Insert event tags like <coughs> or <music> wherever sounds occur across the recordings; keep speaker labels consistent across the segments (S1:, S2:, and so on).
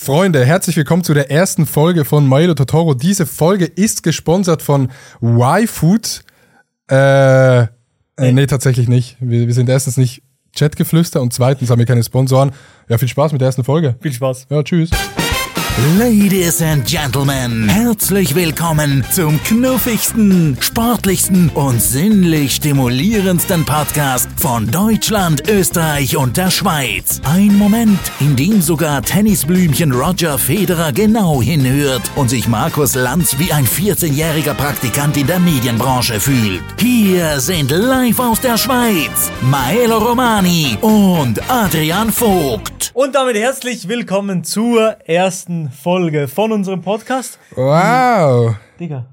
S1: Freunde, herzlich willkommen zu der ersten Folge von Maelo Totoro. Diese Folge ist gesponsert von Y-Food. Äh, äh, nee, tatsächlich nicht. Wir, wir sind erstens nicht Chatgeflüster und zweitens haben wir keine Sponsoren. Ja, viel Spaß mit der ersten Folge.
S2: Viel Spaß.
S1: Ja, tschüss.
S2: <laughs>
S3: Ladies and Gentlemen, herzlich willkommen zum knuffigsten, sportlichsten und sinnlich stimulierendsten Podcast von Deutschland, Österreich und der Schweiz. Ein Moment, in dem sogar Tennisblümchen Roger Federer genau hinhört und sich Markus Lanz wie ein 14-jähriger Praktikant in der Medienbranche fühlt. Hier sind live aus der Schweiz Maelo Romani und Adrian Vogt.
S2: Und damit herzlich willkommen zur ersten Folge von unserem Podcast.
S1: Wow.
S2: Digga,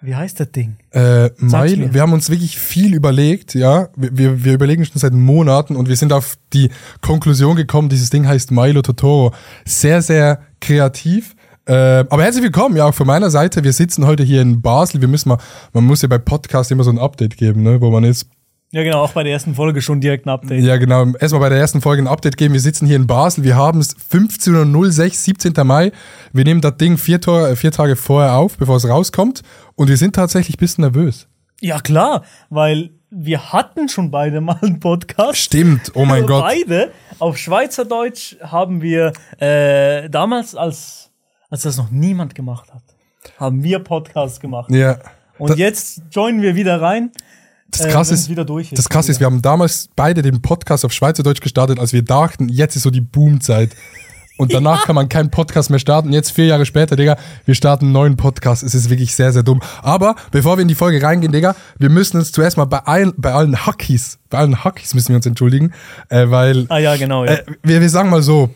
S2: wie heißt das Ding?
S1: Äh, Mailo,
S2: mir.
S1: wir haben uns wirklich viel überlegt, ja. Wir, wir, wir überlegen schon seit Monaten und wir sind auf die Konklusion gekommen, dieses Ding heißt Milo Totoro. Sehr, sehr kreativ. Äh, aber herzlich willkommen, ja, auch von meiner Seite. Wir sitzen heute hier in Basel. Wir müssen mal, man muss ja bei Podcasts immer so ein Update geben, ne, wo man ist.
S2: Ja genau, auch bei der ersten Folge schon direkt ein Update.
S1: Ja, genau. Erstmal bei der ersten Folge ein Update geben. Wir sitzen hier in Basel. Wir haben es 15.06, 17. Mai. Wir nehmen das Ding vier, Tor, äh, vier Tage vorher auf, bevor es rauskommt. Und wir sind tatsächlich ein bisschen nervös.
S2: Ja klar, weil wir hatten schon beide mal einen Podcast.
S1: Stimmt, oh
S2: <laughs>
S1: mein
S2: Also
S1: Gott.
S2: Beide. Auf Schweizerdeutsch haben wir äh, damals, als, als das noch niemand gemacht hat, haben wir Podcast gemacht.
S1: Ja.
S2: Und
S1: Da-
S2: jetzt joinen wir wieder rein.
S1: das krasse
S2: wenn
S1: ist,
S2: es wieder durch ist.
S1: das krasse ist, wir haben damals beide den Podcast auf Schweizerdeutsch gestartet, als wir dachten, jetzt ist so die Boomzeit.
S2: <laughs>
S1: Und danach kann man keinen Podcast mehr starten. Jetzt vier Jahre später, Digga, wir starten einen neuen Podcast. Es ist wirklich sehr, sehr dumm. Aber bevor wir in die Folge reingehen, Digga, wir müssen uns zuerst mal bei allen, bei allen Hackies, bei allen Hackies müssen wir uns entschuldigen, äh, weil
S2: Ah ja, genau. Ja.
S1: äh, wir, wir sagen mal so,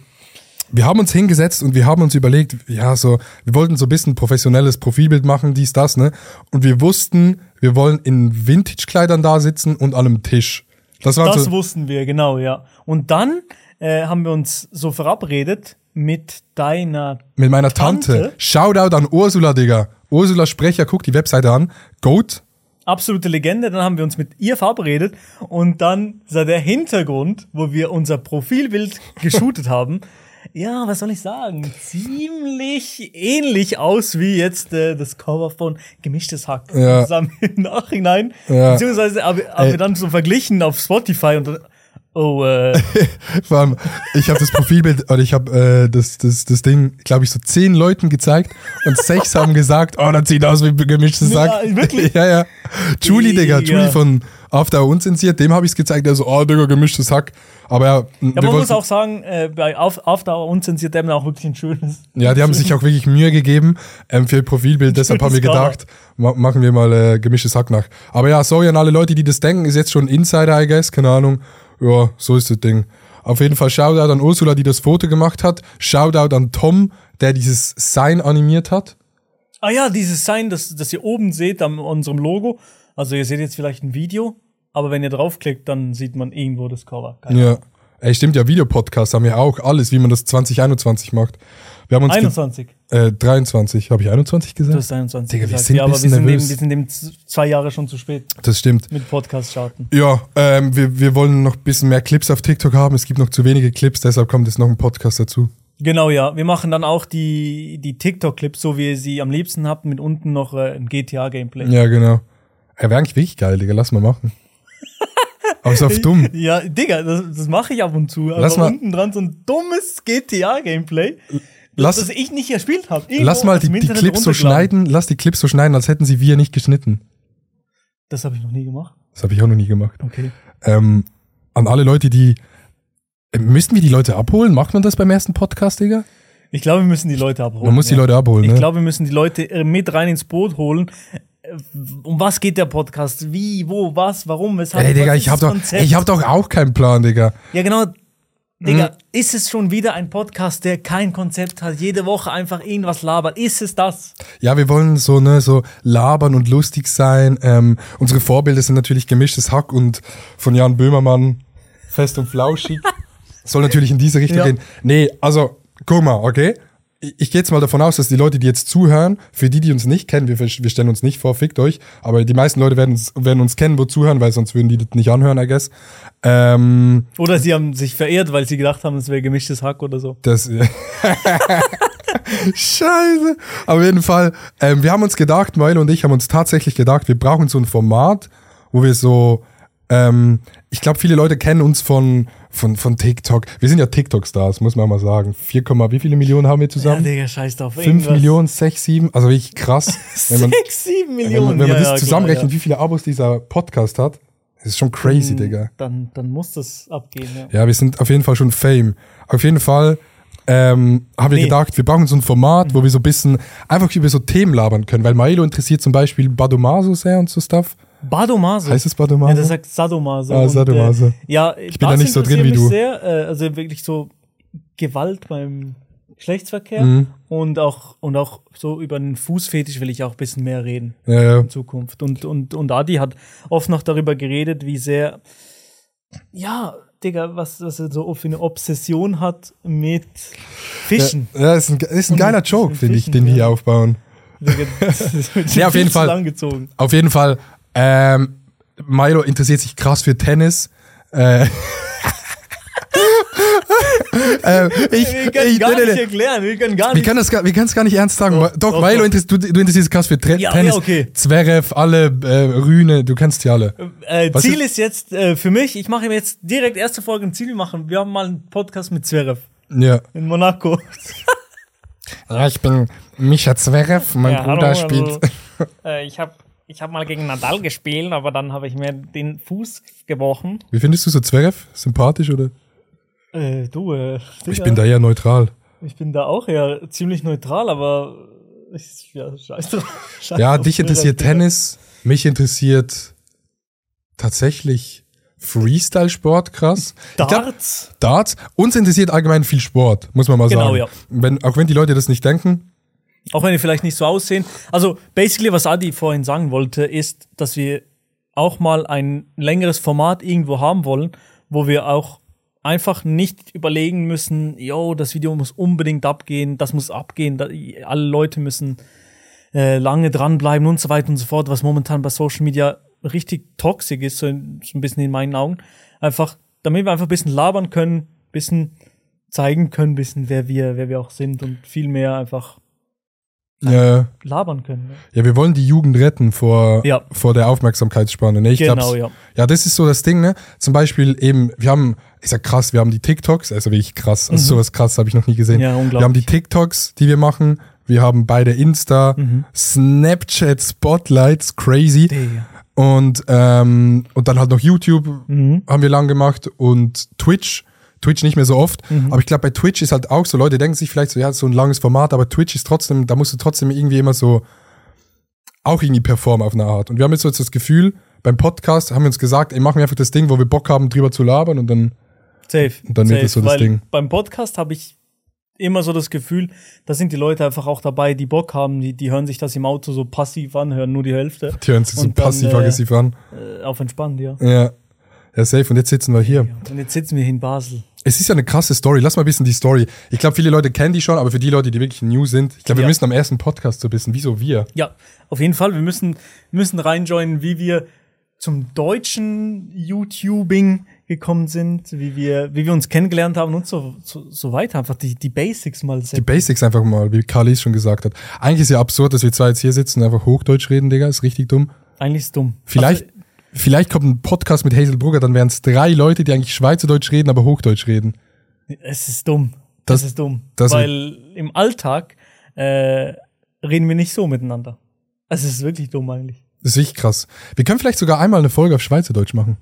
S1: wir haben uns hingesetzt und wir haben uns überlegt, ja, so, wir wollten so ein bisschen professionelles Profilbild machen, dies, das, ne? Und wir wussten, wir wollen in Vintage-Kleidern da sitzen und an einem Tisch. Das war
S2: Das
S1: so,
S2: wussten wir, genau, ja. Und dann äh, haben wir uns so verabredet mit deiner.
S1: mit meiner Tante.
S2: Tante? Shoutout
S1: Shoutout an Ursula, Digga. Ursula Sprecher, guck die Webseite an. Goat.
S2: Absolute Legende, dann haben wir uns mit ihr verabredet und dann sah der Hintergrund, wo wir unser Profilbild geshootet <laughs> haben, ja, was soll ich sagen, ziemlich ähnlich aus wie jetzt äh, das Cover von Gemischtes Hack.
S1: Ja.
S2: Das haben wir im Nachhinein,
S1: Ja.
S2: beziehungsweise haben wir- haben wir dann so verglichen auf Spotify und dann, oh, äh,
S1: Vor allem, ich habe das Profilbild oder ich habe äh, das, das, das Ding, glaube ich, so zehn Leuten gezeigt und sechs haben gesagt, oh, das sieht aus wie gemischtes
S2: Ja,
S1: Sack. <laughs>
S2: wirklich?
S1: ja, ja. Julie, Digga,
S2: Digga.
S1: Julie von After Unzensiert, dem habe ich es gezeigt, der so, oh, Digga, gemischtes Hack. Aber ja, wir
S2: Ja, man muss
S1: wollten-
S2: auch sagen, äh, bei Auf Aufdauer unzensiert haben auch wirklich ein schönes.
S1: ja, die haben sich auch wirklich Mühe gegeben ähm, für ihr Profilbild. Deshalb haben wir
S2: Schönes Cover.
S1: gedacht, ma machen wir mal äh, gemischtes Hack nach. Aber ja, sorry an alle Leute, die das denken, ist jetzt schon ein Insider, I guess, keine Ahnung. Ja, so ist das Ding. Auf jeden Fall Shoutout an Ursula, die das Foto gemacht hat. Shoutout an Tom, der dieses Sign animiert hat.
S2: Ah ja, dieses Sign, das, das ihr oben seht an unserem Logo. Also ihr seht jetzt vielleicht ein Video, aber wenn ihr draufklickt, dann sieht man irgendwo das Cover. Keine
S1: Ja. Ey, stimmt ja, Videopodcast haben wir auch. Alles, wie man das 2021 macht. Wir haben uns.
S2: Ahnung.
S1: ge-
S2: 21.
S1: Äh, 23. Habe ich 21 gesagt?
S2: Du hast 21
S1: Digga, wir
S2: gesagt.
S1: sind
S2: ja, aber wir
S1: bisschen
S2: sind, dem, wir
S1: nervös.
S2: sind dem z- zwei Jahre schon zu spät
S1: das stimmt.
S2: mit Podcast starten.
S1: Ja, ähm, wir, wir wollen noch ein bisschen mehr Clips auf TikTok haben. Es gibt noch zu wenige Clips, deshalb kommt jetzt noch ein Podcast dazu.
S2: Genau, ja. Wir machen dann auch die, die TikTok-Clips, so wie ihr sie am liebsten habt, mit unten noch äh, ein GTA-Gameplay.
S1: Ja, genau. Er wäre eigentlich wirklich geil, Digga. Lass mal
S2: <laughs>
S1: machen. Aber ist auf dumm.
S2: Ja, Digga, das, das mache ich ab und zu.
S1: Lass
S2: aber
S1: mal-
S2: unten dran so ein dummes GTA-Gameplay, das,
S1: Lass,
S2: das ich nicht gespielt habe.
S1: lass mal die, die Clips so schneiden. Lass die Clips so schneiden, als hätten sie wir nicht geschnitten.
S2: Das habe ich noch nie gemacht.
S1: Das habe ich auch noch nie gemacht.
S2: Okay.
S1: Ähm, an alle Leute, die. Äh, Müssten wir die Leute abholen? Macht man das beim ersten Podcast, Digga?
S2: Ich glaube, wir müssen die Leute abholen.
S1: Man muss die
S2: ja.
S1: Leute abholen,
S2: Ich
S1: ne?
S2: glaube, wir müssen die Leute äh, mit rein ins Boot holen. Äh, Um was geht der Podcast? Wie, wo, was, warum, weshalb?
S1: Ey, Digga,
S2: was
S1: ich
S2: ist
S1: hab,
S2: das
S1: doch,
S2: Konzept?
S1: ich hab Hm. doch auch keinen Plan, Digga.
S2: Ja, genau. Digga, ist es schon wieder ein Podcast, der kein Konzept hat, jede Woche einfach irgendwas labert? Ist es das?
S1: Ja, wir wollen so, ne, so labern und lustig sein. Ähm, unsere Vorbilder sind natürlich gemischtes Hack und von Jan Böhmermann fest und flauschig. Soll natürlich in diese Richtung
S2: Ja.
S1: gehen. Nee, also, guck mal, okay? ich, ich gehe jetzt mal davon aus, dass die Leute, die jetzt zuhören, für die, die uns nicht kennen, wir, wir stellen uns nicht vor, fickt euch, aber die meisten Leute werden uns, werden uns kennen, wo zuhören, weil sonst würden die das nicht anhören, I guess. Ähm,
S2: Oder sie haben sich verehrt, weil sie gedacht haben, es wäre gemischtes Hack oder so.
S1: das. <laughs> Scheiße. Auf jeden Fall, ähm, wir haben uns gedacht, Meule und ich haben uns tatsächlich gedacht, wir brauchen so ein Format, wo wir so, ähm, ich glaube, viele Leute kennen uns von, von, von TikTok. Wir sind ja TikTok-Stars, muss man mal sagen. 4, wie viele Millionen haben wir
S2: Ja,
S1: zusammen?
S2: Digga, scheiß drauf.
S1: 5
S2: <laughs>
S1: Millionen, 6, 7, also wirklich krass. wenn man,
S2: 6, 7
S1: wenn man,
S2: Millionen.
S1: wenn man das
S2: ja, Mhm. ja,
S1: zusammenrechnet,
S2: klar,
S1: wie viele Abos dieser Podcast hat, das ist schon
S2: ja.
S1: crazy, Digga.
S2: Dann, dann muss das abgehen,
S1: <laughs>
S2: ja.
S1: Ja, wir sind auf jeden Fall schon Fame. Auf jeden Fall ähm, habe ich
S2: Nee.
S1: gedacht, wir brauchen so ein Format, wo wir so ein bisschen einfach über so Themen labern können, weil Maelo interessiert zum Beispiel Badomaso sehr und so Stuff.
S2: Badomaso.
S1: Heißt es Badomaso?
S2: Ja, das sagt Sadomaso.
S1: Ah,
S2: Und,
S1: Sadomaso.
S2: Äh, ja, ich
S1: bin da nicht so drin wie du.
S2: Sehr, äh, also wirklich so Gewalt beim Geschlechtsverkehr
S1: Mhm.
S2: und auch und auch so über den Fußfetisch will ich auch ein bisschen mehr reden
S1: Ja, ja.
S2: in Zukunft. Und und und Adi hat oft noch darüber geredet, wie sehr ja, Digga, was, was er so oft für eine Obsession hat mit Fischen.
S1: ja ist ein, ist ein geiler Joke, finde ich, den wir hier aufbauen.
S2: <laughs> Digga, das wird
S1: Ja, auf
S2: viel
S1: jeden
S2: zu
S1: Fall.
S2: lang gezogen.
S1: Auf jeden Fall, ähm, Milo interessiert sich krass für Tennis.
S2: <laughs>
S1: Äh, <laughs> ähm, ich,
S2: Wir können
S1: ich,
S2: gar
S1: nee, nee,
S2: nicht
S1: nee.
S2: erklären, wir können gar
S1: Wir
S2: nicht
S1: können das gar, wir können es gar nicht ernst sagen. Doch,
S2: doch,
S1: Milo,
S2: doch.
S1: Interess, du, du interessierst dich krass für Tre
S2: Ja,
S1: Tennis.
S2: ja, okay.
S1: Zverev, alle, äh, Rühne, du kennst die alle.
S2: Äh,
S1: Was
S2: Ziel ist, jetzt äh, für mich, ich mache mir jetzt direkt erste Folge ein Ziel machen. Wir haben mal einen Podcast mit Zverev
S1: Ja.
S2: in Monaco.
S1: ja, ich bin Micha Zverev, mein
S2: also, <laughs> äh, ich habe ich hab mal gegen Nadal gespielt, aber dann habe ich mir den Fuß gebrochen.
S1: Wie findest du so Zverev? Sympathisch oder?
S2: Äh, du, äh,
S1: Ich bin da ja neutral.
S2: ich bin da auch ja ziemlich neutral, aber ich, ja, scheiß drauf. <laughs> Scheiß
S1: Ja,
S2: auf
S1: dich
S2: Zverev,
S1: interessiert
S2: Digga.
S1: Tennis, mich interessiert tatsächlich Freestyle-Sport, krass. Ich glaub,
S2: Darts.
S1: Darts. Uns interessiert allgemein viel Sport, muss man mal
S2: Genau,
S1: sagen.
S2: ja.
S1: Wenn, auch wenn die Leute das nicht denken.
S2: Auch wenn die vielleicht nicht so aussehen. Also, basically, was Adi vorhin sagen wollte, ist, dass wir auch mal ein längeres Format irgendwo haben wollen, wo wir auch einfach nicht überlegen müssen, yo, das Video muss unbedingt abgehen, das muss abgehen, da, alle Leute müssen äh, lange dranbleiben und so weiter und so fort, was momentan bei Social Media richtig toxisch ist, so, in, so ein bisschen in meinen Augen. Einfach, damit wir einfach ein bisschen labern können, ein bisschen zeigen können, ein bisschen, wer wir, wer wir auch sind und viel mehr einfach
S1: Ja,
S2: labern können. Ne?
S1: ja, wir wollen die Jugend retten vor,
S2: Ja.
S1: vor der Aufmerksamkeitsspanne. Ne? Ich
S2: Genau,
S1: glaub's-
S2: ja.
S1: Ja, das ist so das Ding, ne? Zum Beispiel eben, wir haben, ich sag krass, wir haben die TikToks, also wirklich krass,
S2: Mhm.
S1: also sowas krass habe ich noch nie gesehen.
S2: <laughs> Ja, unglaublich.
S1: Wir haben die TikToks, die wir machen, wir haben beide Insta,
S2: Mhm.
S1: Snapchat, Spotlights, crazy.
S2: Digga.
S1: Und, ähm, und dann halt noch YouTube
S2: Mhm.
S1: haben wir lang gemacht und Twitch. Twitch nicht mehr so oft,
S2: Mhm.
S1: aber ich glaube, bei Twitch ist halt auch so, Leute denken sich vielleicht so, ja, so ein langes Format, aber Twitch ist trotzdem, da musst du trotzdem irgendwie immer so, auch irgendwie performen auf eine Art. Und wir haben jetzt so jetzt das Gefühl, beim Podcast haben wir uns gesagt, ey, machen wir einfach das Ding, wo wir Bock haben, drüber zu labern und dann,
S2: Safe.
S1: Und dann wird
S2: safe.
S1: das so das
S2: Weil
S1: Ding.
S2: Beim Podcast habe ich immer so das Gefühl, da sind die Leute einfach auch dabei, die Bock haben, die, die hören sich das im Auto so passiv an, hören nur die Hälfte.
S1: die hören sich so
S2: Und dann,
S1: passiv-aggressiv an.
S2: Äh, auf entspannt, ja.
S1: Ja. ja, safe. Und jetzt sitzen wir hier.
S2: Und jetzt sitzen wir hier in Basel.
S1: Es ist ja eine krasse Story. Lass mal ein bisschen die Story. Ich glaube, viele Leute kennen die schon, aber für die Leute, die wirklich new sind, ich glaube, wir
S2: Ja.
S1: müssen am ersten Podcast so ein bisschen, wieso wir?
S2: Ja, auf jeden Fall. Wir müssen, müssen reinjoinen, wie wir zum deutschen YouTubing gekommen sind, wie wir, wie wir uns kennengelernt haben und so, so, so weiter. Einfach die, die Basics mal
S1: Die
S2: selbst.
S1: Basics einfach mal, wie Carlis schon gesagt hat. Eigentlich ist ja absurd, dass wir zwei jetzt hier sitzen und einfach Hochdeutsch reden, Digga. Ist richtig dumm.
S2: Eigentlich ist dumm.
S1: Vielleicht, vielleicht kommt ein Podcast mit Hazel Brugger, dann wären es drei Leute, die eigentlich Schweizerdeutsch reden, aber Hochdeutsch reden.
S2: Es ist dumm.
S1: Das-
S2: Das, ist dumm.
S1: das-
S2: Weil im Alltag äh, reden wir nicht so miteinander. Es ist wirklich dumm eigentlich.
S1: Das ist wirklich krass. Wir können vielleicht sogar einmal eine Folge auf Schweizerdeutsch machen.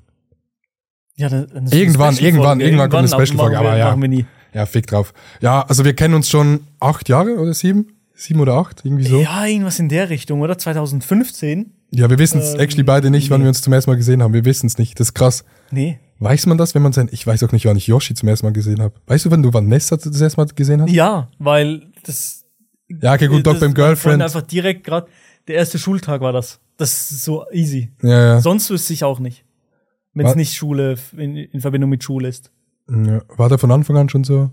S2: Ja, das, das
S1: Irgendwann, irgendwann, irgendwann kommt eine Special-Folge,
S2: machen wir,
S1: aber ja.
S2: Machen wir nie.
S1: Ja, fick drauf. Ja, also wir kennen uns schon acht Jahre oder sieben? Sieben oder acht, irgendwie so. Ja,
S2: Ja, irgendwas in der Richtung, oder? 2015?
S1: wir wissen es
S2: Ähm,
S1: actually beide nicht, wann wir uns zum ersten Mal gesehen haben. Wir wissen es nicht. Das ist krass.
S2: Nee.
S1: Weiß man das, wenn man sein. Ich weiß auch nicht, wann ich Yoshi zum ersten Mal gesehen habe. Weißt du, wann du Vanessa das erste Mal gesehen hast?
S2: Ja, weil das.
S1: Ja, okay, gut,
S2: das-
S1: Doc beim
S2: meine Freundin
S1: Girlfriend.
S2: Einfach direkt gerade. Der erste Schultag war das. Das ist so easy.
S1: Ja, ja.
S2: Sonst wüsste ich auch nicht. Wenn
S1: Was?
S2: es nicht Schule, in, in Verbindung mit Schule ist.
S1: ja. War der von Anfang an schon so?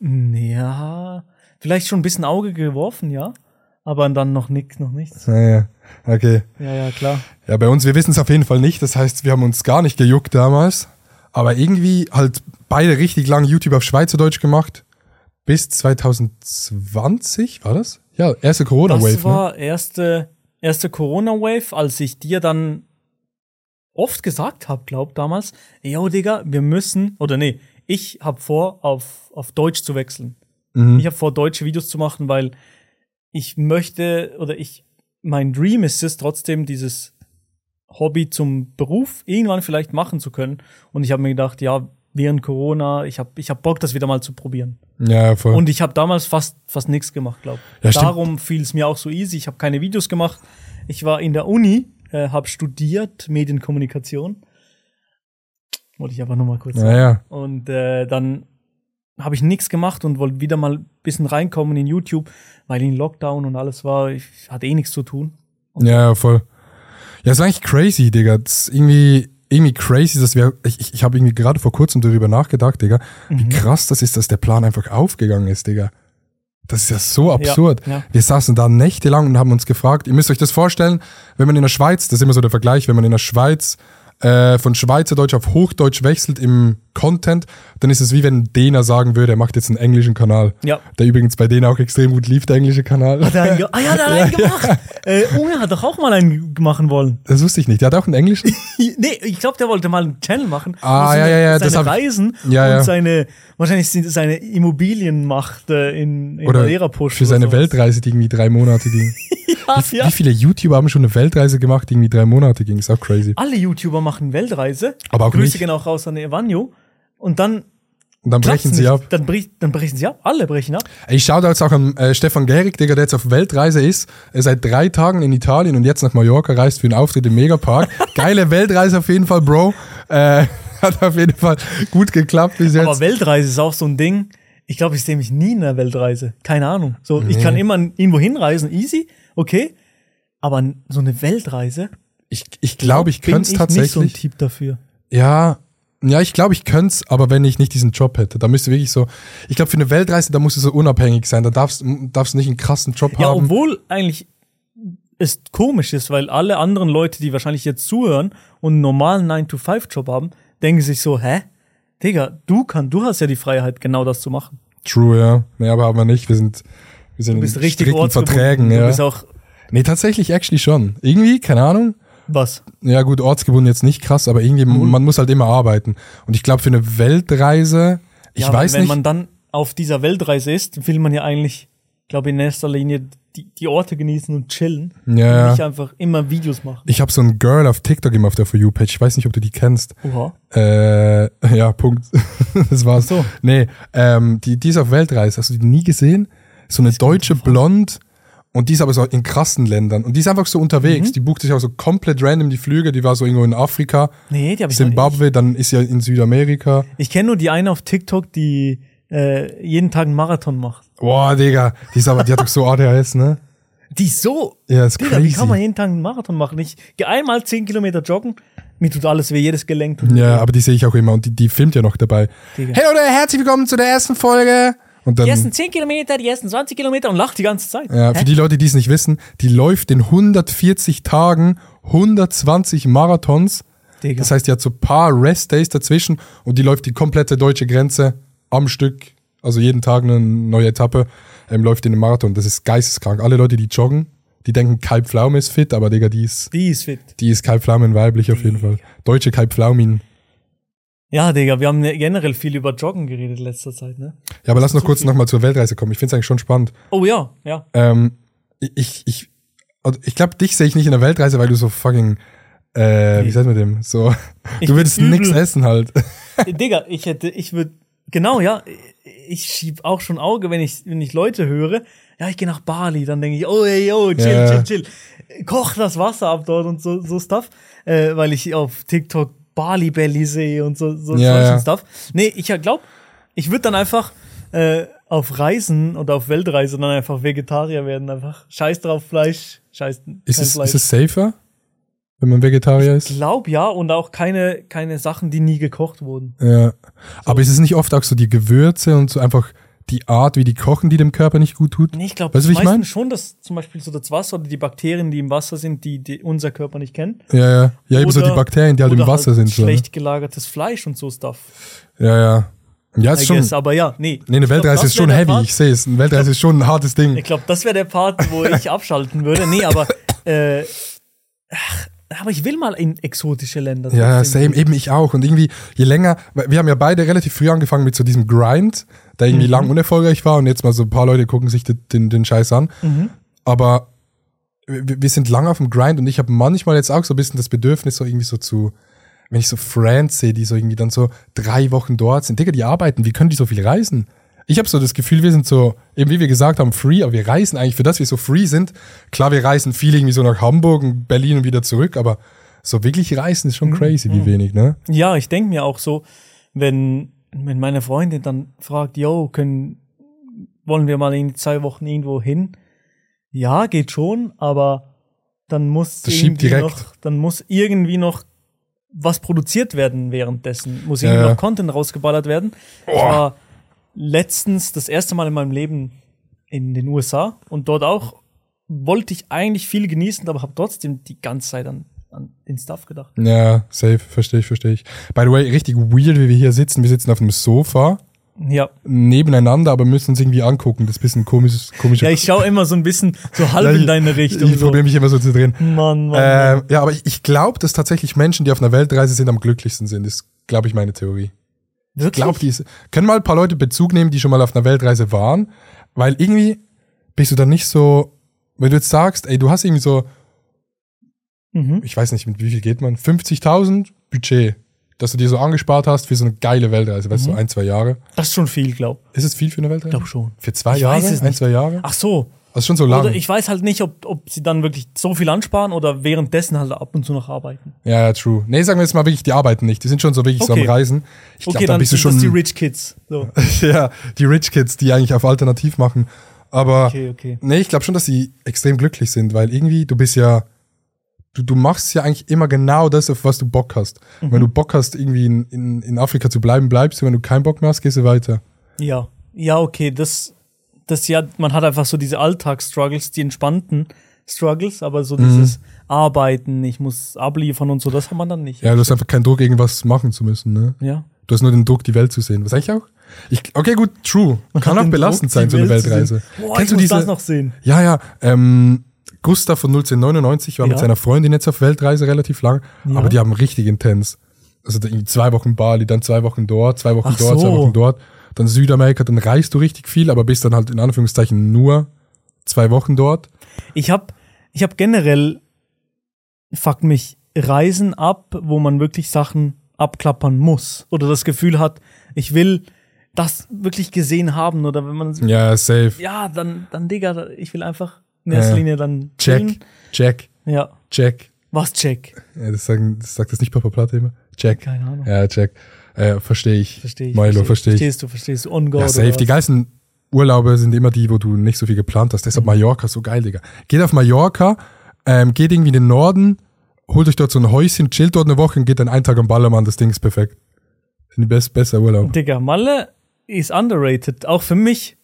S2: Ja, Vielleicht schon ein bisschen Auge geworfen, ja. Aber dann noch nix, noch nichts.
S1: Ja, ja. Okay.
S2: Ja, ja, klar.
S1: Ja, bei uns, wir wissen es auf jeden Fall nicht. Das heißt, wir haben uns gar nicht gejuckt damals. Aber irgendwie halt beide richtig lang YouTube auf Schweizerdeutsch gemacht. Bis 2020 war das? Ja, erste
S2: Das
S1: Corona-Wave. Ne?
S2: war erste, erste Corona-Wave, als ich dir dann oft gesagt habe, glaub damals, yo Digga, wir müssen, oder nee, ich habe vor, auf, auf Deutsch zu wechseln.
S1: Mhm.
S2: Ich habe vor, deutsche Videos zu machen, weil ich möchte, oder ich, mein Dream ist es trotzdem, dieses Hobby zum Beruf irgendwann vielleicht machen zu können. Und ich habe mir gedacht, ja, während Corona, ich habe ich hab Bock, das wieder mal zu probieren.
S1: Ja, ja, voll.
S2: Und ich habe damals fast, fast nichts gemacht, glaube ich.
S1: Ja, stimmt.
S2: Darum fiel es mir auch so easy. Ich habe keine Videos gemacht. Ich war in der Uni, äh, habe studiert Medienkommunikation. Wollte ich aber nur mal kurz sagen.
S1: ja, ja.
S2: Und äh, dann habe ich nichts gemacht und wollte wieder mal ein bisschen reinkommen in YouTube, weil in Lockdown und alles war, ich hatte eh nichts zu tun.
S1: Ja, ja, voll. Ja, ist eigentlich crazy, Digga. Das ist irgendwie, irgendwie crazy, dass wir. Ich, ich, ich habe irgendwie gerade vor kurzem darüber nachgedacht, Digga,
S2: Mhm.
S1: wie krass das ist, dass der Plan einfach aufgegangen ist, Digga. Das ist ja so absurd.
S2: ja.
S1: Wir saßen da nächtelang und haben uns gefragt, ihr müsst euch das vorstellen, wenn man in der Schweiz, das ist immer so der Vergleich, wenn man in der Schweiz äh, von Schweizerdeutsch auf Hochdeutsch wechselt im Content, dann ist es wie wenn ein Däner sagen würde, er macht jetzt einen englischen Kanal.
S2: Ja.
S1: Der übrigens bei denen auch extrem gut lief, der englische Kanal. <laughs>
S2: Hat er einen ge- ah ja, da hat er einen gemacht. Äh, Unge hat doch auch mal einen machen wollen.
S1: Das wusste ich nicht. Der hat auch einen englischen.
S2: Nee, ich glaube, der wollte mal einen Channel machen.
S1: Ah,
S2: Und
S1: ja, ja, ja, das
S2: Seine
S1: hab ich-
S2: Reisen
S1: Ja,
S2: und
S1: ja.
S2: seine, wahrscheinlich sind es seine Immobilienmacht äh, in, in
S1: Oder
S2: Madeira pushen.
S1: für seine Weltreise, die irgendwie drei Monate ging.
S2: Weltreise. <laughs> Ja,
S1: Wie viele YouTuber haben schon eine Weltreise gemacht, die irgendwie drei Monate ging? Ist auch crazy.
S2: Alle YouTuber machen Weltreise.
S1: Aber auch
S2: Grüße
S1: nicht.
S2: gehen auch raus an Evanjo. Und dann
S1: Und dann
S2: klappt's
S1: brechen sie
S2: nicht.
S1: ab.
S2: Dann, brich, dann brechen sie ab. Alle brechen ab.
S1: Ey, Ich schaue da jetzt auch an äh, Stefan Gehrig, Digga, der jetzt auf Weltreise ist. Er seit drei Tagen in Italien und jetzt nach Mallorca reist für einen Auftritt im
S2: <laughs>
S1: Megapark. Geile Weltreise auf jeden Fall, Bro. Äh, <laughs> hat auf jeden Fall gut geklappt bis jetzt.
S2: Aber Weltreise ist auch so ein Ding. Ich glaube, ich sehe mich nie in einer Weltreise. Keine Ahnung. So, ich kann immer irgendwo hinreisen, easy, okay. Aber so eine Weltreise,
S1: ich ich glaube, ich
S2: bin
S1: könnte es
S2: ich nicht so ein
S1: tatsächlich.
S2: Typ dafür.
S1: Ja, ja, ich glaube, ich könnte es, aber wenn ich nicht diesen Job hätte, da müsste wirklich so, ich glaube, für eine Weltreise, da musst du so unabhängig sein, da darfst darfst nicht einen krassen Job
S2: Ja,
S1: haben.
S2: obwohl eigentlich es komisch ist, weil alle anderen Leute, die wahrscheinlich jetzt zuhören und einen normalen 9-to-5-Job haben, denken sich so, hä? Digga, du kann, du hast ja die Freiheit, genau das zu machen.
S1: True, ja. Nee, aber haben wir nicht, wir sind, wir sind
S2: Du bist richtig
S1: strikten
S2: ortsgebunden.
S1: Verträgen,
S2: Du
S1: ja.
S2: bist auch,
S1: nee, tatsächlich, actually schon. Irgendwie, keine Ahnung.
S2: was?
S1: Ja, gut, ortsgebunden jetzt nicht krass, aber irgendwie, man muss halt immer arbeiten. Und ich glaube, für eine Weltreise, ich
S2: Ja,
S1: weiß
S2: wenn
S1: nicht.
S2: man dann auf dieser Weltreise ist, will man ja eigentlich, glaube in erster Linie die, die Orte genießen und chillen.
S1: Ja.
S2: Und nicht einfach immer Videos machen.
S1: ich habe so ein Girl auf TikTok immer auf der For You-Page. Ich weiß nicht, ob du die kennst.
S2: Oha.
S1: Äh, <laughs> ja, Punkt. das war's.
S2: so.
S1: Nee, ähm, die, die ist auf Weltreise. Hast du die nie gesehen? So eine deutsche Blond. Und die ist aber so in krassen Ländern. Und die ist einfach so unterwegs.
S2: Mhm.
S1: Die bucht sich auch so komplett random die Flüge. Die war so irgendwo in Afrika,
S2: Nee, die habe ich noch nicht.
S1: Zimbabwe, dann ist sie in Südamerika.
S2: Ich kenne nur die eine auf TikTok, die äh, jeden Tag einen Marathon macht.
S1: Boah, Digga. Die ist aber, die hat doch so ADHS, ne?
S2: Die ist so.
S1: Ja, ist
S2: Digga, wie kann man
S1: crazy.
S2: jeden Tag einen Marathon machen? Ich gehe einmal 10 Kilometer joggen, mir tut alles weh, jedes Gelenk tut
S1: Ja, aber die sehe ich auch immer. Und die, die filmt ja noch dabei.
S2: Digga.
S1: Hey, oder herzlich willkommen zu der ersten Folge. Und dann,
S2: Die ersten 10 Kilometer, die ersten 20 Kilometer und lacht die ganze Zeit.
S1: Ja, für die Leute, die es nicht wissen, die läuft in 140 Tagen 120 Marathons.
S2: Digga.
S1: Das heißt, die hat so ein paar Rest-Days dazwischen und die läuft die komplette deutsche Grenze am Stück. Also jeden Tag eine neue Etappe ähm, läuft in den Marathon. Das ist geisteskrank. Alle Leute, die joggen, die denken, Kai Pflaume ist fit, aber Digga, die ist,
S2: Die ist fit.
S1: die ist Kai Pflaumen weiblich auf jeden Fall. Deutsche Kai Pflaumin.
S2: Ja, Digga, wir haben ne-, generell viel über Joggen geredet in letzter Zeit, ne?
S1: Ja, aber lass noch kurz
S2: viel.
S1: nochmal zur Weltreise kommen. Ich find's eigentlich schon spannend.
S2: Oh ja, ja.
S1: Ähm, ich, ich, also ich glaube, dich sehe ich nicht in der Weltreise, weil du so fucking, äh, wie sagt man dem? So, du
S2: Ich bin <laughs>
S1: würdest
S2: übel.
S1: nix essen halt.
S2: Digga, ich hätte, ich würde, genau, ja, ich schieb auch schon Auge, wenn ich, wenn ich Leute höre, ja, ich gehe nach Bali, dann denke ich, oh, ey, oh, chill,
S1: Ja, ja.
S2: chill, chill, koch das Wasser ab dort und so, so Stuff, äh, weil ich auf TikTok Bali Belly sehe und so, so
S1: Ja,
S2: solchen
S1: ja.
S2: Stuff. Nee, ich glaube, ich würde dann einfach, äh, auf Reisen oder auf Weltreise dann einfach Vegetarier werden, einfach scheiß drauf Fleisch, scheiß
S1: Ist
S2: kein
S1: es,
S2: Fleisch.
S1: ist es safer, wenn man Vegetarier ist?
S2: Glaub ja und auch keine, keine Sachen, die nie gekocht wurden.
S1: Ja. Aber ist es nicht oft auch so die Gewürze und so einfach die Art, wie die kochen, die dem Körper nicht gut tut?
S2: Nee, ich glaube,
S1: weißt du, wie ich meine?
S2: meistens schon, dass zum Beispiel so das Wasser oder die Bakterien, die im Wasser sind, die, die unser Körper nicht kennt.
S1: Ja, ja. Ja, eben so die
S2: Oder-
S1: Bakterien, die halt im
S2: oder
S1: Wasser sind. So, ne?
S2: Schlecht gelagertes Fleisch und so Stuff.
S1: Ja, ja. Ja, ist
S2: I
S1: schon.
S2: guess, aber ja, nee.
S1: Nee, eine
S2: Ich glaub,
S1: Weltreise
S2: das
S1: ist schon
S2: wär der
S1: heavy,
S2: Part-
S1: ich sehe es. Eine Weltreise ist schon ein hartes Ding.
S2: Ich glaube, das wäre der
S1: <laughs>
S2: Part, wo ich abschalten würde. Nee, aber, äh, ach, aber ich will mal in exotische Länder.
S1: Ja, ja,
S2: trotzdem.
S1: same, eben ich auch. Und irgendwie, je länger, weil wir haben ja beide relativ früh angefangen mit so diesem Grind, der irgendwie lang unerfolgreich war und jetzt mal so ein paar Leute gucken sich den, den, den Scheiß an. Aber wir, wir sind lang auf dem Grind und ich habe manchmal jetzt auch so ein bisschen das Bedürfnis, so irgendwie so zu, wenn ich so Friends sehe, die so irgendwie dann so drei Wochen dort sind. Digga, die arbeiten, wie können die so viel reisen? Ich habe so das Gefühl, wir sind so, eben wie wir gesagt haben, free, aber wir reisen eigentlich für das, wir so free sind. Klar, wir reisen viel irgendwie so nach Hamburg und Berlin und wieder zurück, aber so wirklich reisen ist schon
S2: Mhm.
S1: crazy, wie wenig, ne?
S2: Ja, ich denke mir auch so, wenn, wenn meine Freundin dann fragt, yo, können, wollen wir mal in zwei Wochen irgendwo hin? Ja, geht schon, aber dann muss
S1: Das schiebt
S2: irgendwie
S1: direkt.
S2: noch, dann muss irgendwie noch was produziert werden währenddessen. Muss irgendwie
S1: Ja, ja.
S2: noch Content rausgeballert werden. Ich war letztens das erste Mal in meinem Leben in den USA und dort auch wollte ich eigentlich viel genießen, aber habe trotzdem die ganze Zeit an, an den Stuff gedacht.
S1: Ja, safe, verstehe ich, verstehe ich. By the way, richtig weird, wie wir hier sitzen. Wir sitzen auf einem Sofa
S2: Ja.
S1: nebeneinander, aber müssen uns irgendwie angucken. Das ist ein bisschen komisches, komischer.
S2: Ja, ich schaue immer so ein bisschen so halb
S1: Ja,
S2: in deine Richtung.
S1: Ich probiere mich immer so zu drehen.
S2: so. Mann, Mann. Mann.
S1: Ähm, ja, aber ich, ich glaube, dass tatsächlich Menschen, die auf einer Weltreise sind, am glücklichsten sind. Das ist, glaube ich, meine Theorie.
S2: Wirklich?
S1: Glaub die ist, können mal ein paar Leute Bezug nehmen, die schon mal auf einer Weltreise waren, weil irgendwie bist du dann nicht so, wenn du jetzt sagst, ey, du hast irgendwie so,
S2: Mhm.
S1: ich weiß nicht, mit wie viel geht man, 50.000 Budget, dass du dir so angespart hast für so eine geile Weltreise, weißt du, ein, zwei Jahre.
S2: Das ist schon viel, glaub.
S1: Ist es viel für eine Weltreise?
S2: Glaub Mhm. schon.
S1: Für zwei
S2: Ich
S1: Jahre?
S2: weiß es
S1: ein,
S2: nicht.
S1: zwei Jahre?
S2: Ach so.
S1: Also schon so lang.
S2: Oder ich weiß halt nicht, ob, ob sie dann wirklich so viel ansparen oder währenddessen halt ab und zu noch arbeiten.
S1: ja, ja, true. Nee, sagen wir jetzt mal wirklich, die arbeiten nicht. Die sind schon so wirklich so am
S2: Okay.
S1: Reisen. Ich glaube,
S2: okay,
S1: da
S2: dann
S1: bist du
S2: sind
S1: schon.
S2: das die Rich Kids. So.
S1: <laughs> ja, die Rich Kids, die eigentlich auf Alternativ machen. Aber
S2: Okay, okay.
S1: nee, ich glaube schon, dass sie extrem glücklich sind, weil irgendwie du bist ja, du, du machst ja eigentlich immer genau das, auf was du Bock hast.
S2: Mhm.
S1: Wenn du Bock hast, irgendwie in, in, in Afrika zu bleiben, bleibst du. Wenn du keinen Bock mehr hast, gehst du weiter.
S2: Ja. Ja, okay, das, das ja, man hat einfach so diese Alltagsstruggles, die entspannten Struggles, aber
S1: Mhm.
S2: so dieses Arbeiten, ich muss abliefern und so, das hat man dann nicht.
S1: Ja, du hast einfach keinen Druck, irgendwas machen zu müssen. Ne?
S2: ja.
S1: Du hast nur den Druck, die Welt zu sehen. Was eigentlich auch? Ich, okay, gut, true. Kann auch
S2: Den
S1: belastend
S2: Druck,
S1: sein,
S2: die
S1: so eine
S2: Welt zu sehen.
S1: Weltreise.
S2: Boah, Kennst ich du muss das noch sehen.
S1: Ja, ja. Ähm, Gustav von 1999 war mit
S2: Ja.
S1: seiner Freundin jetzt auf Weltreise relativ lang, aber die haben richtig intens. Also da irgendwie zwei Wochen Bali, dann zwei Wochen dort, zwei Wochen
S2: Ach
S1: dort, zwei
S2: so.
S1: Wochen dort, dann Südamerika, dann reist du richtig viel, aber bist dann halt in Anführungszeichen nur zwei Wochen dort.
S2: Ich habe ich hab generell, fuckt mich, Reisen ab, wo man wirklich Sachen abklappern muss. Oder das Gefühl hat, ich will das wirklich gesehen haben. Oder wenn man, ja,
S1: Ja, safe.
S2: dann, dann Digga, ich will einfach in
S1: Ja,
S2: erster
S1: ja.
S2: Linie dann
S1: Check,
S2: chillen.
S1: check,
S2: Ja,
S1: check.
S2: was check?
S1: Ja, das, sagen, das sagt das nicht Papa Platte immer. Check.
S2: Keine Ahnung.
S1: Ja, check. Äh, verstehe ich.
S2: Verstehe ich.
S1: Milo,
S2: versteh-
S1: verstehe ich.
S2: Verstehst du, verstehst du. On God
S1: Ja,
S2: oder
S1: safe. Die
S2: was?
S1: geilsten Urlaube sind immer die, wo du nicht so viel geplant hast.
S2: Mhm.
S1: Deshalb Mallorca ist so geil, Digga. Geht auf Mallorca, ähm, geht irgendwie in den Norden, holt euch dort so ein Häuschen, chillt dort eine Woche und geht dann einen Tag am Ballermann. Das Ding ist perfekt. Sind die best, besser Urlaub.
S2: Digga, Malle ist underrated. Auch für mich.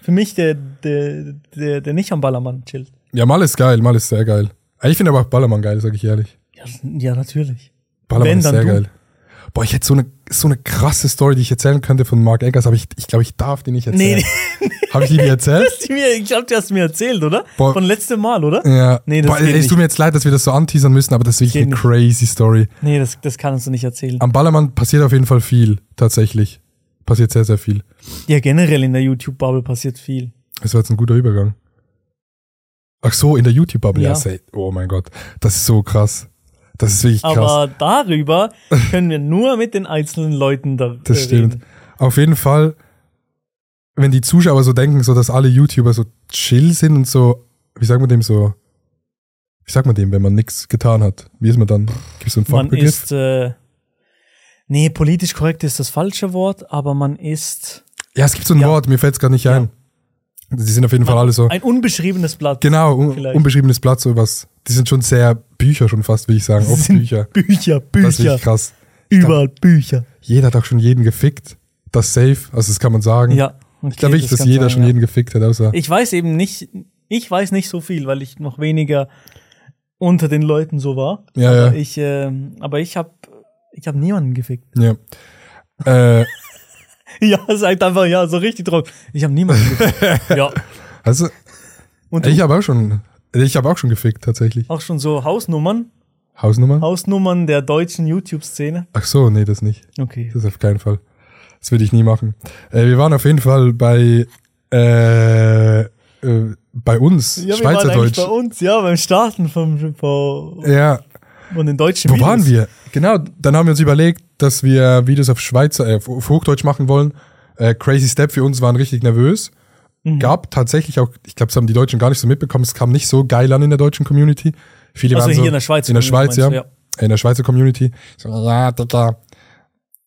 S2: Für mich, der, der, der, der nicht am Ballermann chillt.
S1: Ja, Mal ist geil, Mal ist sehr geil. Ich finde aber auch Ballermann geil, sag ich ehrlich.
S2: Ja, ja natürlich.
S1: Ballermann
S2: Wenn,
S1: ist
S2: dann
S1: sehr
S2: du.
S1: geil. Boah, ich hätte so eine, so eine krasse Story, die ich erzählen könnte von Mark Eggers, aber ich, ich glaube, ich darf die nicht
S2: <laughs> Nee,
S1: erzählen. Habe ich die nie erzählt?
S2: hast du mir, ich glaube, du hast mir erzählt, oder?
S1: Boah.
S2: Von letztem Mal, oder?
S1: Ja.
S2: Nee, das
S1: Boah,
S2: geht
S1: ey, es
S2: nicht.
S1: tut mir jetzt leid, dass wir das so anteasern müssen, aber das ist wirklich
S2: Geht
S1: eine
S2: nicht.
S1: crazy Story.
S2: Nee, das, das kannst du nicht erzählen.
S1: Am Ballermann passiert auf jeden Fall viel, tatsächlich. Passiert sehr, sehr viel.
S2: Ja, generell in der YouTube-Bubble passiert viel.
S1: Das war jetzt ein guter Übergang. Ach so, in der YouTube-Bubble. Ja.
S2: Ja.
S1: sei- oh mein Gott, das ist so krass. Das ist wirklich krass.
S2: Aber darüber können wir nur mit den einzelnen Leuten da
S1: das
S2: äh,
S1: stimmt.
S2: reden.
S1: Auf jeden Fall, wenn die Zuschauer so denken, so dass alle YouTuber so chill sind und so, wie sagt man dem so? Wie sagt man dem, wenn man nichts getan hat? Wie ist man dann? Gibt es so einen
S2: Man
S1: Fachbegriff?
S2: ist, äh, nee, politisch korrekt ist das falsche Wort, aber man ist
S1: Ja, es gibt so ein
S2: Ja.
S1: Wort, mir fällt es gerade nicht ein. Sie sind auf jeden Fall alle so.
S2: ein unbeschriebenes Blatt.
S1: Genau, un
S2: Vielleicht.
S1: unbeschriebenes Blatt, sowas. Die sind schon sehr Bücher, schon fast, würde ich sagen. Oft
S2: Sind
S1: Bücher.
S2: Bücher,
S1: Das ist
S2: Bücher,
S1: wirklich krass.
S2: überall Bücher.
S1: Jeder hat auch schon jeden gefickt. Das safe, also das kann man sagen.
S2: Ja,
S1: Ich glaube wirklich,
S2: das
S1: dass
S2: kann
S1: jeder
S2: sein,
S1: schon
S2: ja.
S1: jeden gefickt hat, außer.
S2: Ich weiß eben nicht, ich weiß nicht so viel, weil ich noch weniger unter den Leuten so war.
S1: Ja,
S2: aber
S1: ja.
S2: Ich, ähm, aber ich habe ich hab niemanden gefickt. <laughs>
S1: ja. Äh,
S2: Ja, sagt einfach, ja, so richtig drauf. Ich habe niemanden
S1: <laughs>
S2: gefickt. ja.
S1: also,
S2: Und
S1: ich habe auch schon, ich habe auch schon gefickt, tatsächlich.
S2: auch schon so Hausnummern,
S1: Hausnummern?
S2: Hausnummern der deutschen YouTube-Szene.
S1: Ach so, nee, das nicht.
S2: Okay.
S1: Das auf keinen Fall. Das würde ich nie machen. Äh, wir waren auf jeden Fall bei, äh, äh, bei uns,
S2: Ja, wir waren eigentlich
S1: Schweizerdeutsch.
S2: bei uns, ja, beim Starten vom, vom
S1: Ja,
S2: von den deutschen
S1: Wo
S2: Videos.
S1: waren wir? Genau, dann haben wir uns überlegt, dass wir Videos auf Schweizer, äh, auf Hochdeutsch machen wollen. Äh, Crazy Step für uns waren richtig nervös.
S2: Mhm.
S1: Gab tatsächlich auch, ich glaube, das haben die Deutschen gar nicht so mitbekommen, es kam nicht so geil an in der deutschen Community. Viele
S2: Also
S1: waren
S2: hier
S1: so,
S2: in der Schweiz,
S1: In der
S2: meinst
S1: Schweiz,
S2: du,
S1: ja,
S2: ja.
S1: In der Schweizer Community. So, ja, Digga.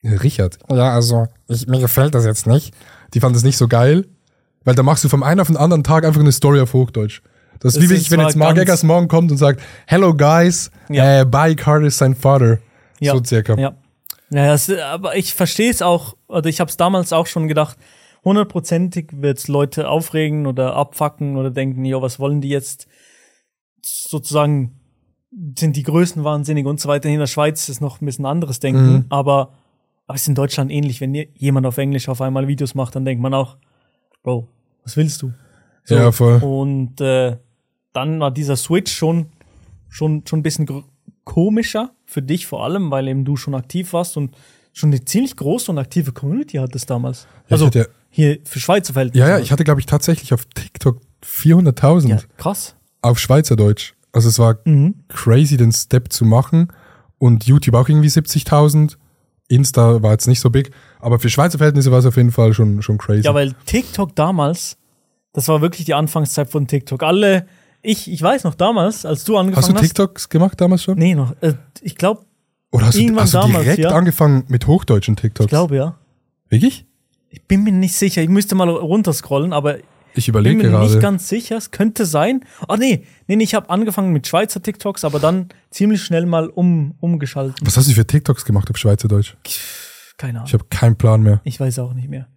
S1: Richard. Ja, also, ich, mir gefällt das jetzt nicht. Die fanden das nicht so geil, weil da machst du vom einen auf den anderen Tag einfach eine Story auf Hochdeutsch. Das ist
S2: Das
S1: wie
S2: sind
S1: wichtig, wenn
S2: zwar
S1: jetzt Mark
S2: ganz-
S1: Eggers morgen kommt und sagt, Hello guys,
S2: Ja.
S1: äh, bye Card is sein Vater. So circa.
S2: Ja. ja das, aber ich verstehe es auch, oder ich habe es damals auch schon gedacht, hundertprozentig wird's Leute aufregen oder abfacken oder denken, jo, was wollen die jetzt sozusagen, sind die Größen wahnsinnig und so weiter. In der Schweiz ist noch ein bisschen anderes Denken,
S1: Mhm.
S2: aber aber es ist in Deutschland ähnlich. Wenn je- jemand auf Englisch auf einmal Videos macht, dann denkt man auch, Bro, was willst du?
S1: Ja, voll.
S2: Und äh, dann war dieser Switch schon, schon, schon ein bisschen gr- komischer für dich vor allem, weil eben du schon aktiv warst und schon eine ziemlich große und aktive Community hattest damals. Also
S1: hatte-
S2: hier für Schweizer Verhältnisse.
S1: Ja, ja, ich hatte, glaube ich, tatsächlich auf TikTok 400.000
S2: ja, Mhm. krass.
S1: auf Schweizerdeutsch. Also es war crazy, den Step zu machen. Und YouTube auch irgendwie 70.000. Insta war jetzt nicht so big. Aber für Schweizer Verhältnisse war es auf jeden Fall schon, schon crazy.
S2: Ja, weil TikTok damals, das war wirklich die Anfangszeit von TikTok. Alle, ich, ich weiß noch damals, als du angefangen
S1: hast
S2: hast.
S1: du TikToks gemacht damals schon?
S2: Nee, noch. Äh, ich glaube,
S1: Oder hast du,
S2: irgendwann
S1: hast du
S2: damals,
S1: direkt
S2: ja.
S1: angefangen mit hochdeutschen TikToks?
S2: ich glaube ja.
S1: Wirklich?
S2: Ich bin mir nicht sicher. Ich müsste mal runterscrollen, aber
S1: Ich
S2: bin
S1: überlege
S2: mir nicht
S1: gerade.
S2: ganz sicher. Es könnte sein. Oh nee, nee, nee ich habe angefangen mit Schweizer TikToks, aber dann ziemlich schnell mal um, umgeschalten.
S1: Was hast du für TikToks gemacht auf Schweizerdeutsch?
S2: Keine Ahnung.
S1: Ich habe keinen Plan mehr.
S2: Ich weiß auch nicht mehr.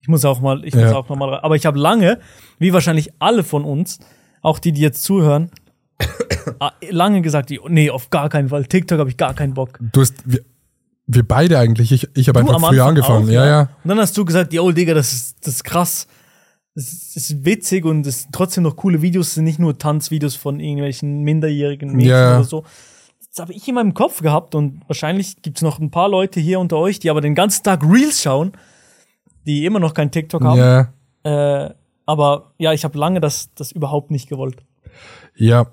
S2: Ich muss auch mal, ich
S1: Ja.
S2: muss auch noch mal, rein. aber ich habe lange, wie wahrscheinlich alle von uns, auch die, die jetzt zuhören, <coughs> ah, lange gesagt, die- nee, auf gar keinen Fall. TikTok habe ich gar keinen Bock.
S1: Du hast, wir, wir beide eigentlich. Ich, ich habe einfach früher angefangen.
S2: auch,
S1: ja, ja.
S2: Und dann hast du gesagt, yo, Digga, das ist, das ist krass. Das ist, das ist witzig und es sind trotzdem noch coole Videos, es sind nicht nur Tanzvideos von irgendwelchen minderjährigen Mädchen
S1: Ja.
S2: oder so. Das habe ich in meinem Kopf gehabt und wahrscheinlich gibt's noch ein paar Leute hier unter euch, die aber den ganzen Tag Reels schauen, die immer noch keinen TikTok haben.
S1: Ja,
S2: Äh, aber ja, ich habe lange das, das überhaupt nicht gewollt.
S1: ja.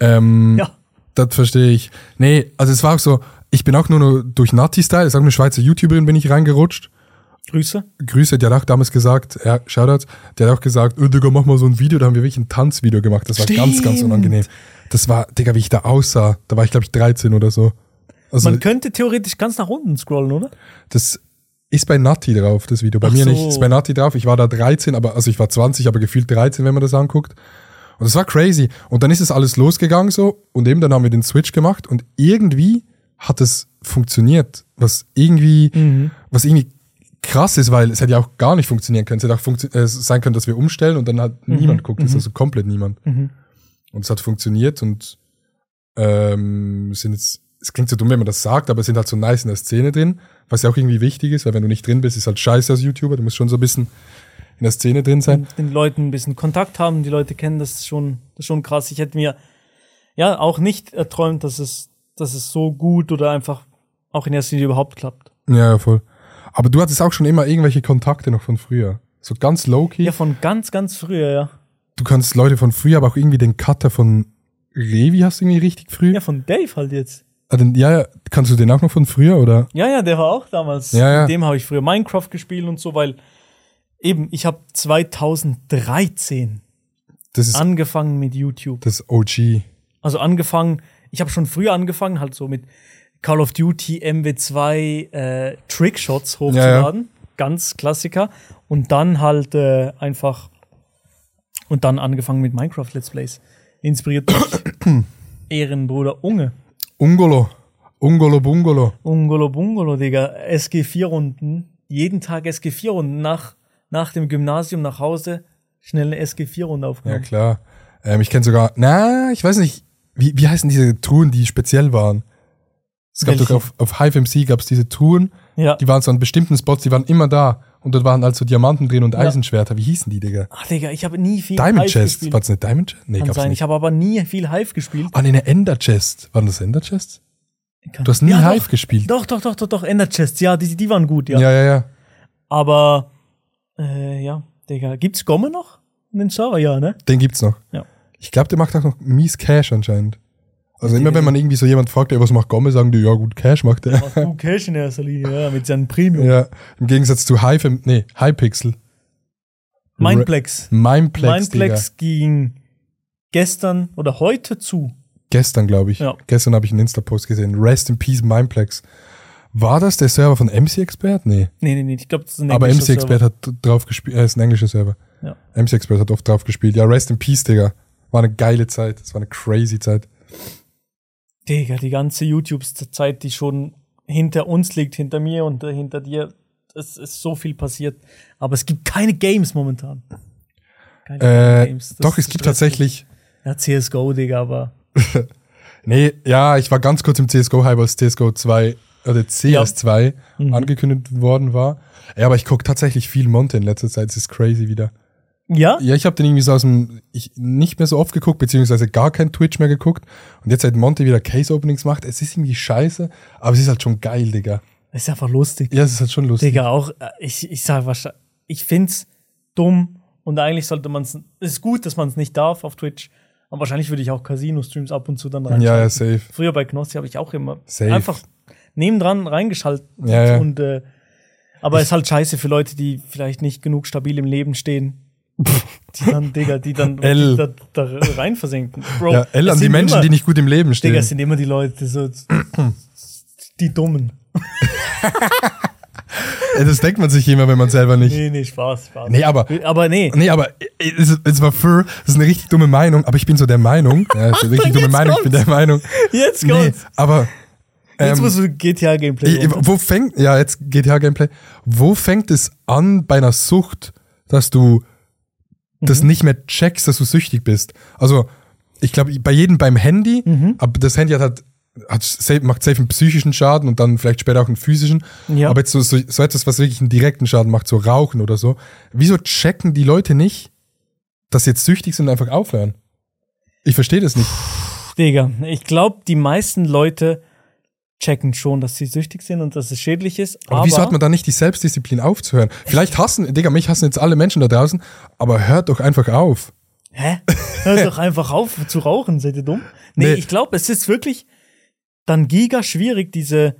S1: Ähm,
S2: Ja.
S1: Das verstehe ich. Nee, also es war auch so, ich bin auch nur, nur durch Nati-Style, ist auch eine Schweizer YouTuberin, bin ich reingerutscht.
S2: Grüße.
S1: Grüße, die hat auch damals gesagt, ja, Shoutouts, die hat auch gesagt, oh, Digga, mach mal so ein Video, da haben wir wirklich ein Tanzvideo gemacht. Das war ganz, ganz
S2: Stimmt.
S1: unangenehm. Das war, Digga, wie ich da aussah, da war ich, glaube ich, 13 oder so. Also
S2: Man könnte theoretisch ganz nach unten scrollen, oder?
S1: das ist bei Nati drauf, das Video. Bei
S2: Ach
S1: mir
S2: so.
S1: nicht. Ist bei Nati drauf. Ich war da 13, aber, also ich war 20, aber gefühlt 13, wenn man das anguckt. Und das war crazy. Und dann ist es alles losgegangen so. Und eben dann haben wir den Switch gemacht und irgendwie hat es funktioniert. Was irgendwie,
S2: Mhm.
S1: was irgendwie krass ist, weil es hätte ja auch gar nicht funktionieren können. Es hätte auch funktio- äh, sein können, dass wir umstellen und dann hat
S2: Mhm.
S1: niemand guckt. Es ist also komplett niemand. Und es hat funktioniert und ähm, sind jetzt, es klingt so dumm, wenn man das sagt, aber sind halt so nice in der Szene drin, was ja auch irgendwie wichtig ist, weil wenn du nicht drin bist, ist halt scheiße als YouTuber, du musst schon so ein bisschen in der Szene drin sein.
S2: mit den Leuten ein bisschen Kontakt haben. Die Leute kennen das ist schon, das ist schon krass. Ich hätte mir ja auch nicht erträumt, dass es, dass es so gut oder einfach auch in erster Linie überhaupt klappt.
S1: Ja, ja, voll. Aber du hattest auch schon immer irgendwelche Kontakte noch von früher. So ganz low-key.
S2: Ja, von ganz, ganz früher, ja.
S1: Du kannst Leute von früher, aber auch irgendwie den Cutter von Revi hast du irgendwie richtig früh.
S2: Ja,
S1: Ja,
S2: von Dave halt jetzt.
S1: ah, den, ja, ja. kannst du den auch noch von früher oder?
S2: Ja, ja, der war auch damals.
S1: Ja, ja.
S2: Mit dem habe ich früher Minecraft gespielt und so, weil eben, ich habe 2013
S1: Das ist,
S2: angefangen mit YouTube.
S1: das ist OG.
S2: Also angefangen, ich habe schon früher angefangen, halt so mit Call of Duty, MW2, äh, Trickshots hochzuladen. Ganz Klassiker. Und dann halt äh, einfach. Und dann angefangen mit Minecraft Let's Plays. Inspiriert durch
S1: <coughs>
S2: Ehrenbruder Unge.
S1: Ungolo. Ungolo Bungolo.
S2: Ungolo Bungolo, Digga. SG4-Runden. Jeden Tag SG4-Runden nach, nach dem Gymnasium nach Hause, schnelle SG4-Runde
S1: Ja,
S2: aufgenommen.
S1: klar. Ähm, ich kenne sogar, na, ich weiß nicht, wie, wie heißen diese Truhen, die speziell waren? Es gab
S2: Welche?
S1: doch auf, auf Hive MC gab es diese Truhen,
S2: Ja.
S1: die waren so an bestimmten Spots, die waren immer da. Und dort waren halt so Diamanten drin und Eisenschwerter. Wie hießen die, Digga?
S2: Ach, Ah, Digga, ich habe nie viel
S1: Diamond
S2: Hive
S1: Chest.
S2: gespielt.
S1: War das eine Diamond Chest? Nee,
S2: Kann
S1: gab's
S2: sein.
S1: nicht.
S2: Ich habe aber nie viel Hive gespielt.
S1: Ah, nee, eine Ender Chest. Waren das Ender Chests?
S2: Kann-
S1: Du hast nie
S2: Ja,
S1: Hive
S2: doch,
S1: gespielt.
S2: Doch, doch, doch, doch, doch, Ender Chests, ja, die, die waren gut, ja.
S1: Ja, ja, ja.
S2: Aber, äh, ja, Digga, gibt's Gomme noch? In den Server,
S1: <laughs>
S2: ja, ne?
S1: Den gibt's noch.
S2: Ja.
S1: Ich glaube, der macht auch noch mies Cash anscheinend. Also immer wenn man irgendwie so jemand fragt, ey, was macht Gomme, sagen die, ja gut, Cash macht
S2: <laughs>
S1: er.
S2: Machst du Cash in erster Linie, ja, mit seinem Premium.
S1: Ja, im Gegensatz zu Hive, nee, Hypixel.
S2: Mindplex.
S1: Mindplex, Digga.
S2: Mindplex ging gestern oder heute zu.
S1: Gestern, glaube ich.
S2: Ja.
S1: Gestern habe ich einen Insta-Post gesehen. Rest in Peace Mindplex. War das der Server von MC Expert? Nee.
S2: Nee, nee, nee, ich glaube, das ist ein
S1: Aber MC
S2: englischer
S1: Expert hat drauf gespielt. Er ist ein englischer Server.
S2: Server.
S1: MC Expert hat oft drauf gespielt. Ja, Rest in Peace, Digga. War eine geile Zeit. Das war eine crazy Zeit.
S2: Ja. Digga, die ganze YouTube-Zeit, die schon hinter uns liegt, hinter mir und äh, hinter dir, es ist so viel passiert. Aber es gibt keine Games momentan. Keine
S1: Äh,
S2: Games, das
S1: doch,
S2: ist
S1: es gibt
S2: stressig.
S1: tatsächlich.
S2: Ja, CSGO, Digga, aber.
S1: Nee, ja, ich war ganz kurz im CSGO-Hype, als CSGO 2 oder CS2
S2: Mhm.
S1: angekündigt worden war. Ja, aber ich gucke tatsächlich viel Monte in letzter Zeit. Es ist crazy wieder.
S2: Ja?
S1: Ja, ich habe den irgendwie so aus dem, ich nicht mehr so oft geguckt, beziehungsweise gar kein Twitch mehr geguckt. Und jetzt seit Monte wieder Case-Openings macht, es ist irgendwie scheiße, aber es ist halt schon geil, Digga.
S2: Ist einfach lustig.
S1: Ja, es ist halt schon lustig.
S2: Digga, auch, äh, ich, ich sag wahrscheinlich, ich find's dumm und eigentlich sollte man's, es ist gut, dass man's nicht darf auf Twitch, aber wahrscheinlich würde ich auch Casino-Streams ab und zu dann reinschalten.
S1: Ja, ja, safe.
S2: Früher bei Knossi habe ich auch immer
S1: Safe.
S2: einfach nebendran reingeschaltet
S1: Ja, ja.
S2: und, äh, aber es ist halt scheiße für Leute, die vielleicht nicht genug stabil im Leben stehen.
S1: <laughs>
S2: Die dann, Digga, die dann
S1: L.
S2: Da, da rein versinken. Bro,
S1: Ja, L
S2: Oh, es
S1: an die
S2: sind
S1: Menschen,
S2: immer,
S1: die nicht gut im Leben stehen.
S2: Digga, es sind immer die Leute, <clears throat> so, die Dummen.
S1: Ey, das denkt man sich immer, wenn man selber nicht.
S2: Nee, nee, Spaß, Spaß.
S1: Nee, aber-
S2: Aber nee.
S1: Nee, aber äh, es ist- es war für, das ist eine richtig dumme Meinung, aber ich bin so der
S2: <laughs>
S1: Meinung, ja, es ist eine richtig dumme
S2: Jetzt
S1: Meinung, ich bin der Meinung.
S2: Jetzt
S1: Nee,
S2: kommt's.
S1: aber
S2: jetzt
S1: ähm,
S2: musst du GTA-Gameplay.
S1: Ich, ich- Äh, wo fängt, ja, jetzt GTA-Gameplay. Wo fängt es an bei einer Sucht, dass du das nicht mehr checkst, dass du süchtig bist? Also, ich glaube, bei jedem beim Handy, aber das Handy hat halt, hat, safe- macht safe einen psychischen Schaden und dann vielleicht später auch einen physischen.
S2: Ja.
S1: Aber jetzt so, so, so etwas, was wirklich einen direkten Schaden macht, so Rauchen oder so. Wieso checken die Leute nicht, dass sie jetzt süchtig sind und einfach aufhören? Ich verstehe das nicht.
S2: Digga, ich glaube, die meisten Leute checken schon, dass sie süchtig sind und dass es schädlich ist. Aber,
S1: Aber, wieso hat man da nicht die Selbstdisziplin aufzuhören? Vielleicht hassen, Digga, mich hassen jetzt alle Menschen da draußen, aber hört doch einfach auf. <laughs>
S2: Hä? Hört doch einfach auf zu rauchen, seid ihr dumm? Nee,
S1: Nee.
S2: ich glaube, es ist wirklich dann giga schwierig, diese,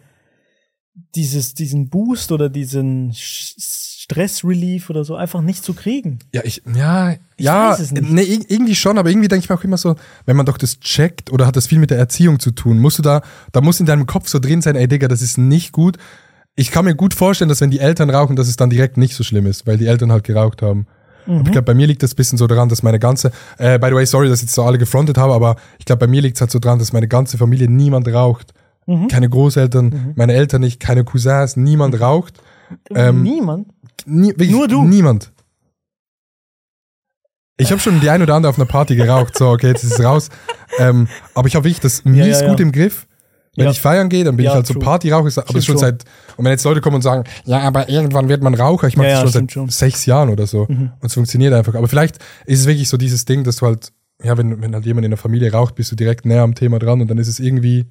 S2: dieses, diesen Boost oder diesen Sch- Stress Relief oder so einfach nicht zu kriegen.
S1: Ja, ich, ja, ja,
S2: weiß es nicht.
S1: nee, ir- irgendwie schon, aber irgendwie denke ich mir auch immer so, wenn man doch das checkt oder hat das viel mit der Erziehung zu tun, musst du da, da muss in deinem Kopf so drin sein, ey Digga, das ist nicht gut. Ich kann mir gut vorstellen, dass wenn die Eltern rauchen, dass es dann direkt nicht so schlimm ist, weil die Eltern halt geraucht haben.
S2: Mhm.
S1: Aber ich glaube, bei mir liegt das bisschen so daran, dass meine ganze, äh, by the way, sorry, dass ich jetzt so alle gefrontet habe, aber ich glaube, bei mir liegt es halt so daran, dass meine ganze Familie niemand raucht.
S2: Mhm.
S1: Keine Großeltern, meine Eltern nicht, keine Cousins, niemand raucht. Ähm,
S2: Niemand.
S1: Nie, wirklich
S2: Nur du?
S1: Niemand. Ich habe schon die ein oder andere auf einer Party geraucht. So, okay, jetzt ist es raus. Ähm, aber ich habe wirklich das mies
S2: Ja, ja, ja.
S1: gut im Griff. Wenn
S2: Ja.
S1: ich feiern gehe, dann bin
S2: Ja,
S1: ich halt so
S2: true.
S1: Partyraucher. ist- Aber
S2: Stimmt
S1: schon
S2: schon.
S1: seit. Und wenn jetzt Leute kommen und sagen, ja, aber irgendwann wird man Raucher. Ich mache
S2: Ja, ja,
S1: das schon seit
S2: stimmt schon. Mhm.
S1: sechs Jahren oder so. Und es funktioniert einfach. Aber vielleicht ist es wirklich so dieses Ding, dass du halt, ja, wenn, wenn halt jemand in der Familie raucht, bist du direkt näher am Thema dran und dann ist es irgendwie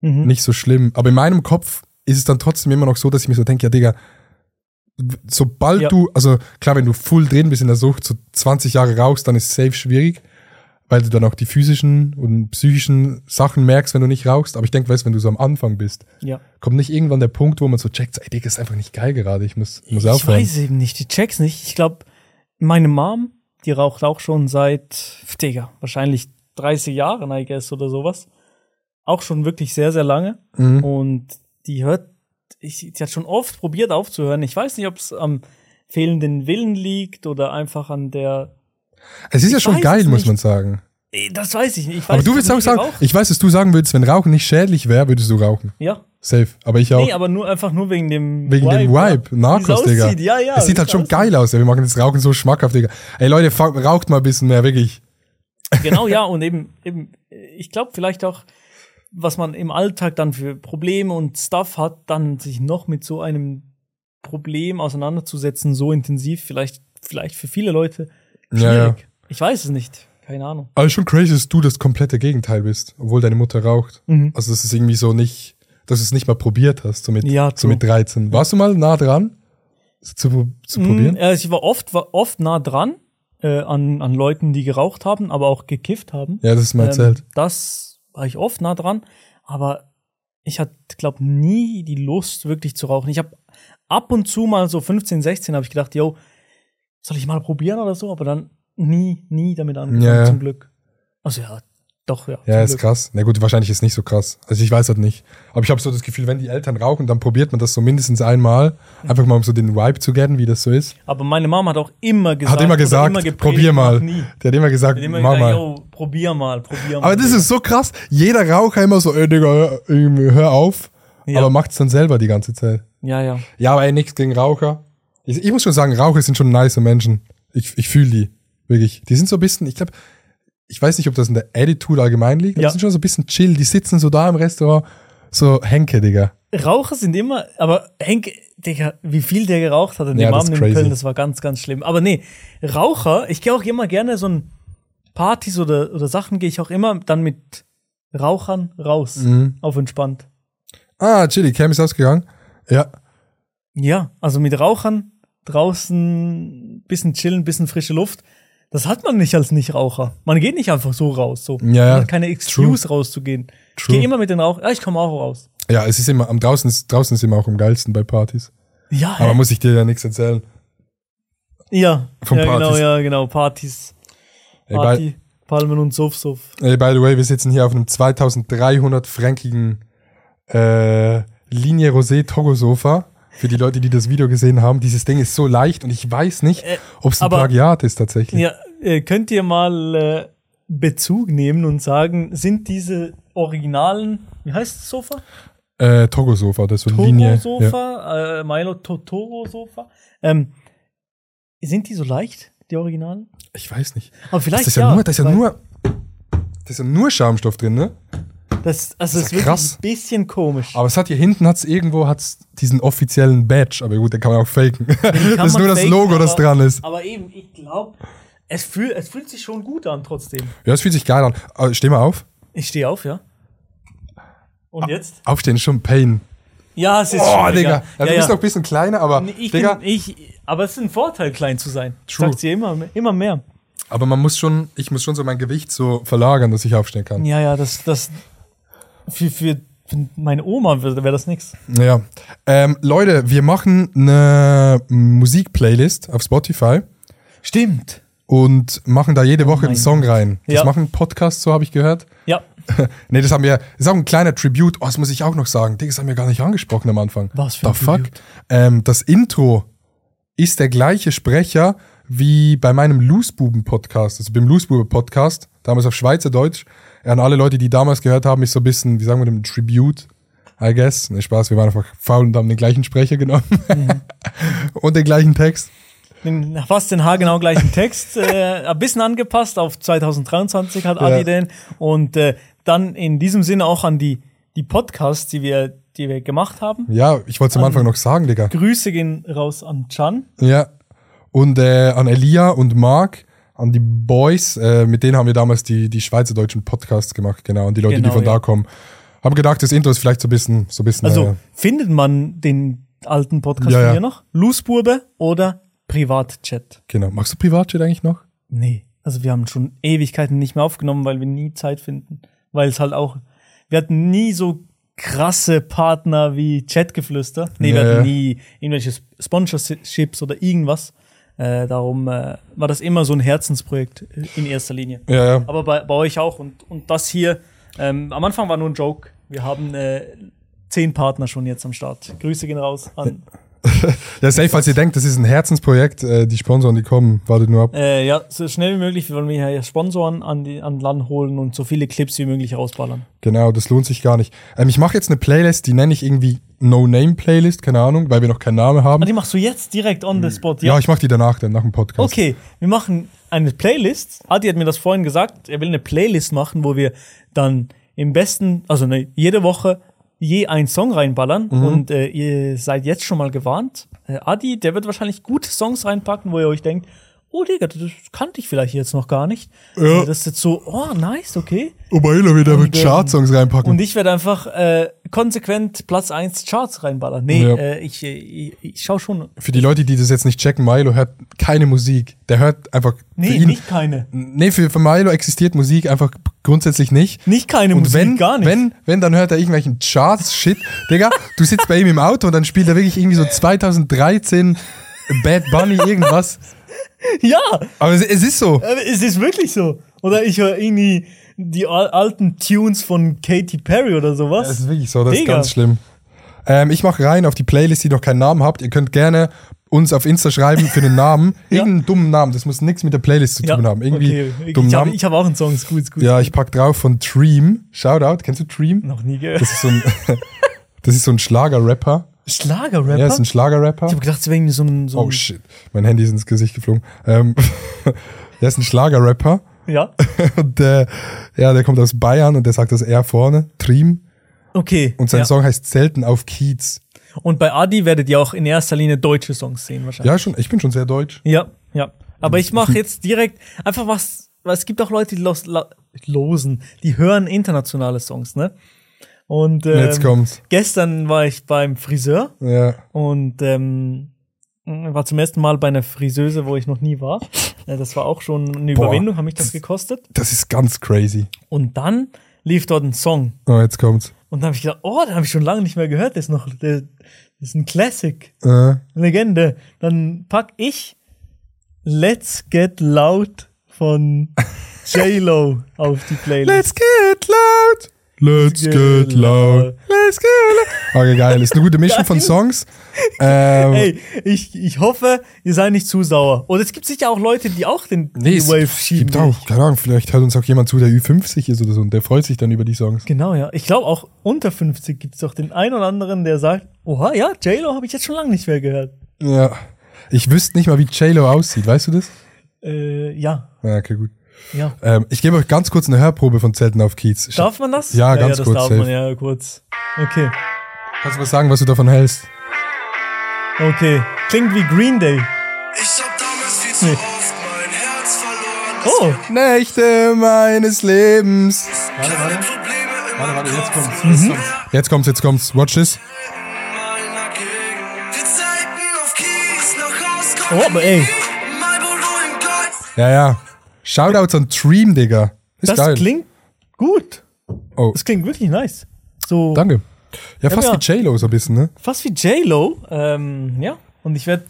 S2: Mhm.
S1: nicht so schlimm. Aber in meinem Kopf ist es dann trotzdem immer noch so, dass ich mir so denke, ja, Digga, w- sobald
S2: Ja.
S1: du, also klar, wenn du full drin bist in der Sucht, so 20 Jahre rauchst, dann ist safe schwierig, weil du dann auch die physischen und psychischen Sachen merkst, wenn du nicht rauchst. Aber ich denke, weißt, du, wenn du so am Anfang bist,
S2: Ja.
S1: kommt nicht irgendwann der Punkt, wo man so checkt, ey, Digga, ist einfach nicht geil gerade, ich muss, muss
S2: ich
S1: aufhören.
S2: weiß eben nicht, die check's nicht. Ich glaube, meine Mom, die raucht auch schon seit, Digga, wahrscheinlich 30 Jahren, I guess, oder sowas. Auch schon wirklich sehr, sehr lange.
S1: Mhm.
S2: Und die hört, ich, die hat schon oft probiert aufzuhören. Ich weiß nicht, ob es am fehlenden Willen liegt oder einfach an der,
S1: Es ist ja
S2: ich
S1: schon
S2: weiß
S1: geil,
S2: es
S1: muss
S2: nicht.
S1: man sagen.
S2: Äh, Das weiß ich nicht. Ich weiß,
S1: Aber du
S2: dass
S1: würdest
S2: ich
S1: auch
S2: nicht
S1: sagen,
S2: geraucht-
S1: ich weiß, dass du sagen würdest, wenn Rauchen nicht schädlich wäre, würdest du rauchen.
S2: Ja.
S1: Safe. Aber ich auch.
S2: Nee, aber nur einfach nur wegen dem
S1: Wegen dem Vibe,
S2: ja. Wie's
S1: Narcos, Digga.
S2: aussieht, Ja, ja.
S1: Es sieht
S2: wie's
S1: halt schon
S2: aussieht.
S1: geil aus. ey. Wir machen das Rauchen so schmackhaft, Digga. Ey Leute, fa- raucht mal ein bisschen mehr, wirklich.
S2: Genau, ja, und eben, eben ich glaube vielleicht auch, was man im Alltag dann für Probleme und Stuff hat, dann sich noch mit so einem Problem auseinanderzusetzen, so intensiv, vielleicht, vielleicht für viele Leute schwierig.
S1: Ja, ja.
S2: Ich weiß es nicht. Keine Ahnung.
S1: Aber schon crazy, dass du das komplette Gegenteil bist, obwohl deine Mutter raucht. Also das ist irgendwie so nicht, dass du es nicht mal probiert hast, so mit,
S2: Ja,
S1: so mit 13. Warst du mal nah dran, es zu, pro- zu probieren?
S2: Mm, äh, ich war oft, war oft nah dran äh, an, an Leuten, die geraucht haben, aber auch gekifft haben.
S1: Ja, das ist mal erzählt.
S2: Ähm, das war ich oft nah dran, aber ich hatte, glaube nie die Lust, wirklich zu rauchen. Ich habe ab und zu mal so 15, 16 habe ich gedacht, yo, soll ich mal probieren oder so, aber dann nie, nie damit angefangen,
S1: Ja, ja.
S2: zum Glück. Also ja, doch, ja.
S1: Ja,
S2: zum
S1: ist
S2: Glück.
S1: krass. Na gut, wahrscheinlich ist nicht so krass. Also ich weiß halt nicht. Aber ich habe so das Gefühl, wenn die Eltern rauchen, dann probiert man das so mindestens einmal. Einfach mal, um so den Vibe zu getten, wie das so ist.
S2: Aber meine Mama hat auch immer gesagt,
S1: hat immer
S2: oder
S1: gesagt,
S2: gepredigt,
S1: probier mal.
S2: Nie.
S1: Die hat immer gesagt,
S2: Hat immer
S1: mach
S2: gesagt,
S1: mal.
S2: yo, probier mal, probier mal.
S1: Aber das ist so krass. Jeder Raucher immer so, ey, Digga, hör, irgendwie, hör auf.
S2: Ja.
S1: Aber macht's dann selber die ganze Zeit.
S2: Ja, ja.
S1: Ja, aber ey, nichts gegen Raucher. Ich, ich muss schon sagen, Raucher sind schon nice Menschen. Ich, ich fühle die. Wirklich. Die sind so ein bisschen, ich glaube, ich weiß nicht, ob das in der Attitude allgemein liegt, aber
S2: Ja.
S1: die sind schon so ein bisschen chill. Die sitzen so da im Restaurant, so Henke, Digga.
S2: Raucher sind immer, aber Henk, Digga, wie viel der geraucht hat an
S1: Ja,
S2: dem
S1: das ist
S2: Abend in
S1: crazy.
S2: Köln, das war ganz, ganz schlimm. Aber nee, Raucher, ich gehe auch immer gerne so ein Partys oder, oder Sachen, gehe ich auch immer dann mit Rauchern raus,
S1: Mhm.
S2: auf entspannt.
S1: Ah, chillig, Cam ist ausgegangen. Ja.
S2: Ja, also mit Rauchern draußen, bisschen chillen, bisschen frische Luft. Das hat man nicht als Nichtraucher. Man geht nicht einfach so raus, so.
S1: Ja, ja.
S2: Man hat keine Excuse rauszugehen. Ich
S1: True.
S2: gehe immer mit den Rauchern, ja, ich komme auch raus.
S1: Ja, es ist immer, am draußen ist, draußen ist immer auch am geilsten bei Partys.
S2: Ja,
S1: Aber muss ich dir ja nichts erzählen.
S2: ja,
S1: Von
S2: ja genau,
S1: Partys.
S2: ja, genau, Partys.
S1: Ey, bei,
S2: Party, Palmen und Suff, Suff.
S1: Ey, by the way, wir sitzen hier auf einem 2300-frankigen äh, Linie Rosé Togo Sofa. Für die Leute, die das Video gesehen haben, dieses Ding ist so leicht und ich weiß nicht, ob es ein
S2: Äh, aber-
S1: Plagiat ist tatsächlich.
S2: Ja, äh, könnt ihr mal äh, Bezug nehmen und sagen, sind diese originalen, wie heißt das Sofa?
S1: Äh, Togo Sofa, das ist so eine Linie. Ja.
S2: Toro-Sofa, äh, Milo Totoro-Sofa. Ähm, sind die so leicht, die originalen?
S1: Ich weiß nicht.
S2: Aber vielleicht
S1: das ist ja,
S2: ja,
S1: nur, das ist ja
S2: weil-
S1: nur, das ist ja nur Schaumstoff drin, ne?
S2: Das,
S1: Das
S2: also
S1: ist
S2: das ist wirklich
S1: krass. Ah,
S2: ein bisschen komisch.
S1: Aber es hat hier hinten hat's irgendwo hat's diesen offiziellen Badge, aber gut, den kann man auch faken. <laughs> das ist
S2: man
S1: nur das
S2: faken,
S1: Logo, das
S2: aber-
S1: dran ist.
S2: Aber eben, ich glaube, es, fühl, es fühlt sich schon gut an trotzdem.
S1: Ja, das fühlt sich geil an. Aber Steh mal auf.
S2: Ich stehe auf, ja. Und jetzt?
S1: Aufstehen ist schon Pain.
S2: Ja, es ist
S1: Ah. Oh,
S2: schon
S1: Digga.
S2: egal.
S1: Ja, du
S2: Ja,
S1: bist
S2: ja.
S1: doch ein bisschen kleiner, aber
S2: Nee, Ich,
S1: Digga,
S2: bin, ich aber es ist ein Vorteil, klein zu sein.
S1: True.
S2: True. Sagt sie immer, immer mehr.
S1: aber man muss schon, ich muss schon so mein Gewicht so verlagern, dass ich aufstehen kann.
S2: Ja, ja, das, das für, für für meine Oma wäre das nix.
S1: Ja. Ähm, Leute, wir machen eine Musikplaylist auf Spotify
S2: Stimmt.
S1: und machen da jede Woche einen Song rein. Das
S2: Oh Ja.
S1: machen Podcasts, so habe ich gehört.
S2: Ja.
S1: <laughs> nee, das haben wir, das ist auch ein kleiner Tribute. Oh, das muss ich auch noch sagen. Digga, das haben wir gar nicht angesprochen am Anfang.
S2: Was für ein
S1: The fuck?
S2: Tribute?
S1: Ähm, das Intro ist der gleiche Sprecher wie bei meinem Loosbuben-Podcast, also beim Loosbuben-Podcast, damals auf Schweizerdeutsch. An alle Leute, die damals gehört haben, ist so ein bisschen, wie sagen wir dem, Tribute, I guess. Nee, Spaß, wir waren einfach faul und haben den gleichen Sprecher genommen.
S2: Mhm.
S1: <laughs> und den gleichen Text.
S2: Den, fast den haargenau gleichen Text. äh, ein bisschen angepasst auf 2023 hat Adi
S1: Ja.
S2: den. Und äh, dann in diesem Sinne auch an die, die Podcasts, die wir, die wir gemacht haben.
S1: Ja, ich
S2: Ähm,
S1: wollte es am Anfang noch sagen, Digga.
S2: Grüße gehen raus an Chan.
S1: Ja. Und äh, an Elia und Marc, an die Boys, äh, mit denen haben wir damals die, die schweizerdeutschen Podcasts gemacht, genau. Und die Leute, die
S2: Genau,
S1: von da
S2: ja.
S1: kommen. Hab gedacht, das Intro ist vielleicht so ein bisschen, so ein bisschen.
S2: Also
S1: äh,
S2: findet man den alten Podcast
S1: Ja, ja.
S2: von mir noch? Loosburbe oder Privatchat?
S1: genau. Machst du Privatjet eigentlich noch?
S2: Nee. Also wir haben schon Ewigkeiten nicht mehr aufgenommen, weil wir nie Zeit finden. Weil es halt auch, wir hatten nie so krasse Partner wie Chatgeflüster. Nee, wir
S1: Ja,
S2: hatten
S1: ja.
S2: nie irgendwelche Sp- Sponsorships oder irgendwas. Äh, darum äh, war das immer so ein Herzensprojekt äh, in erster Linie.
S1: Ja, ja.
S2: Aber bei, bei euch auch. Und, und das hier, ähm, am Anfang war nur ein Joke. Wir haben äh, zehn Partner schon jetzt am Start. Grüße gehen raus an
S1: Ja, safe, falls ihr denkt, das ist ein Herzensprojekt, äh, die Sponsoren, die kommen, wartet nur ab.
S2: Äh, ja, so schnell wie möglich wollen wir hier Sponsoren an, die, an Land holen und so viele Clips wie möglich rausballern.
S1: Genau, das lohnt sich gar nicht. Ähm, ich mache jetzt eine Playlist, die nenne ich irgendwie No-Name-Playlist, keine Ahnung, weil wir noch keinen Namen haben.
S2: Ah, die machst du jetzt direkt on the spot,
S1: Hm. Ja, ich mache die danach dann, nach dem Podcast.
S2: Okay, wir machen eine Playlist. Adi hat mir das vorhin gesagt, er will eine Playlist machen, wo wir dann im besten, also ne, jede Woche je einen Song reinballern.
S1: Mhm.
S2: Und äh, ihr seid jetzt schon mal gewarnt. Äh, Adi, der wird wahrscheinlich gute Songs reinpacken, wo ihr euch denkt, oh Digga, das kannte ich vielleicht jetzt noch gar nicht.
S1: Ja.
S2: Äh, Das ist jetzt so, oh nice, okay.
S1: Oh, Baila wieder mit
S2: ähm,
S1: Chart-Songs reinpacken.
S2: Und ich werde einfach äh, konsequent Platz 1 Charts reinballern. Nee,
S1: Ja.
S2: äh, ich, äh, ich, ich schau schon.
S1: Für die Leute, die das jetzt nicht checken, Milo hört keine Musik. Der hört einfach. für
S2: Nee,
S1: ihn,
S2: nicht keine. <laughs>
S1: Nee, für, für Milo existiert Musik einfach grundsätzlich nicht.
S2: Nicht keine
S1: Und
S2: Musik,
S1: wenn,
S2: gar nicht.
S1: wenn, wenn, dann hört er irgendwelchen Charts-Shit. Digga, du sitzt bei ihm im Auto und dann spielt er wirklich irgendwie so 2013 Bad Bunny irgendwas.
S2: Ja,
S1: Aber es, es ist so.
S2: Aber es ist wirklich so. Oder ich höre irgendwie die al- alten Tunes von Katy Perry oder sowas.
S1: Das ist wirklich so, das
S2: Digga.
S1: ist ganz schlimm. Ähm, ich mache rein auf die Playlist, die noch keinen Namen habt. Ihr könnt gerne uns auf Insta schreiben für einen Namen.
S2: Ja.
S1: Irgendeinen dummen Namen. Das muss nichts mit der Playlist zu tun haben. Irgendwie
S2: okay.
S1: dummen
S2: Ich habe
S1: Namen.
S2: hab auch einen Song, ist gut, ist gut.
S1: Ja, ich pack drauf von Dream. Shoutout, kennst du Dream?
S2: Noch nie gehört.
S1: Das ist so ein, <laughs> das ist so ein Schlager-Rapper.
S2: Schlagerrapper?
S1: Ja, ist ein Schlager-Rapper.
S2: ich habe gedacht, es wäre irgendwie so ein. So
S1: Oh
S2: ein-
S1: shit, mein Handy ist ins Gesicht geflogen. Ähm, <laughs> der ist ein Schlager-Rapper <laughs>
S2: ja.
S1: und äh, ja, der kommt aus Bayern und der sagt das R vorne, Dream.
S2: Okay.
S1: Und sein
S2: ja.
S1: Song heißt Zelten auf Kiez.
S2: Und bei Adi werdet ihr auch in erster Linie deutsche Songs sehen, wahrscheinlich.
S1: Ja, schon, ich bin schon sehr deutsch.
S2: Ja, ja. Aber ich
S1: Mhm.
S2: mache jetzt direkt einfach was, weil es gibt auch Leute, die los, la, losen, die hören internationale Songs, ne? Und ähm,
S1: Jetzt kommt's.
S2: gestern war ich beim Friseur
S1: Ja.
S2: Und ähm, war zum ersten Mal bei einer Friseuse, wo ich noch nie war. Äh, Das war auch schon eine
S1: Boah.
S2: Überwindung, hat mich das gekostet.
S1: Das ist ganz crazy.
S2: Und dann lief dort ein Song.
S1: Oh, jetzt kommt's.
S2: Und dann habe ich gedacht, oh, den habe ich schon lange nicht mehr gehört. Das ist noch, das ist ein Classic,
S1: Äh,
S2: eine Legende. Dann pack ich Let's Get Loud
S1: <laughs>
S2: von J-Lo auf die Playlist.
S1: Let's get loud. Let's get loud. Let's get loud. Okay, geil. Ist eine gute Mischung von Songs. Ähm,
S2: Ey, ich, ich hoffe, ihr seid nicht zu sauer. Und es gibt sicher auch Leute, die auch den
S1: nee,
S2: die
S1: es
S2: Wave schieben.
S1: gibt auch, keine Ahnung, vielleicht hört uns auch jemand zu, der Ü50 ist oder so und der freut sich dann über die Songs.
S2: Genau, ja. Ich glaube, auch unter 50 gibt es doch den einen oder anderen, der sagt, oha, ja, J-Lo habe ich jetzt schon lange nicht mehr gehört.
S1: Ja. Ich wüsste nicht mal, wie JLo aussieht, weißt du das?
S2: Äh, ja,
S1: Ja, okay, gut.
S2: ja.
S1: Ähm, ich gebe euch ganz kurz eine Hörprobe von Zelten auf Kiez.
S2: Darf man das?
S1: Ja, ganz
S2: ja, das
S1: kurz,
S2: darf
S1: safe.
S2: man ja kurz. Okay,
S1: Kannst du was sagen, was du davon hältst?
S2: okay. Klingt wie Green Day.
S4: Ich hab damals viel zu
S2: Nee.
S4: oft mein Herz verloren.
S2: Hm. Oh,
S1: Nächte meines Lebens.
S4: Keine Probleme in meinem Kopf.
S2: Mhm.
S1: Jetzt kommt's, jetzt kommt's. Watch this.
S4: Meiner Gegend. Die Zeiten auf Kies noch rauskommen.
S2: Oh, aber ey.
S4: Marlboro im Geist.
S1: Ja, ja. Shoutouts an Dream, Digga. Ist
S2: das
S1: geil.
S2: klingt gut.
S1: Oh.
S2: Das klingt wirklich nice. So
S1: Danke. Ja, fast
S2: ja.
S1: wie JLo so ein bisschen, ne?
S2: fast wie J-Lo. Ähm, ja. Und ich werde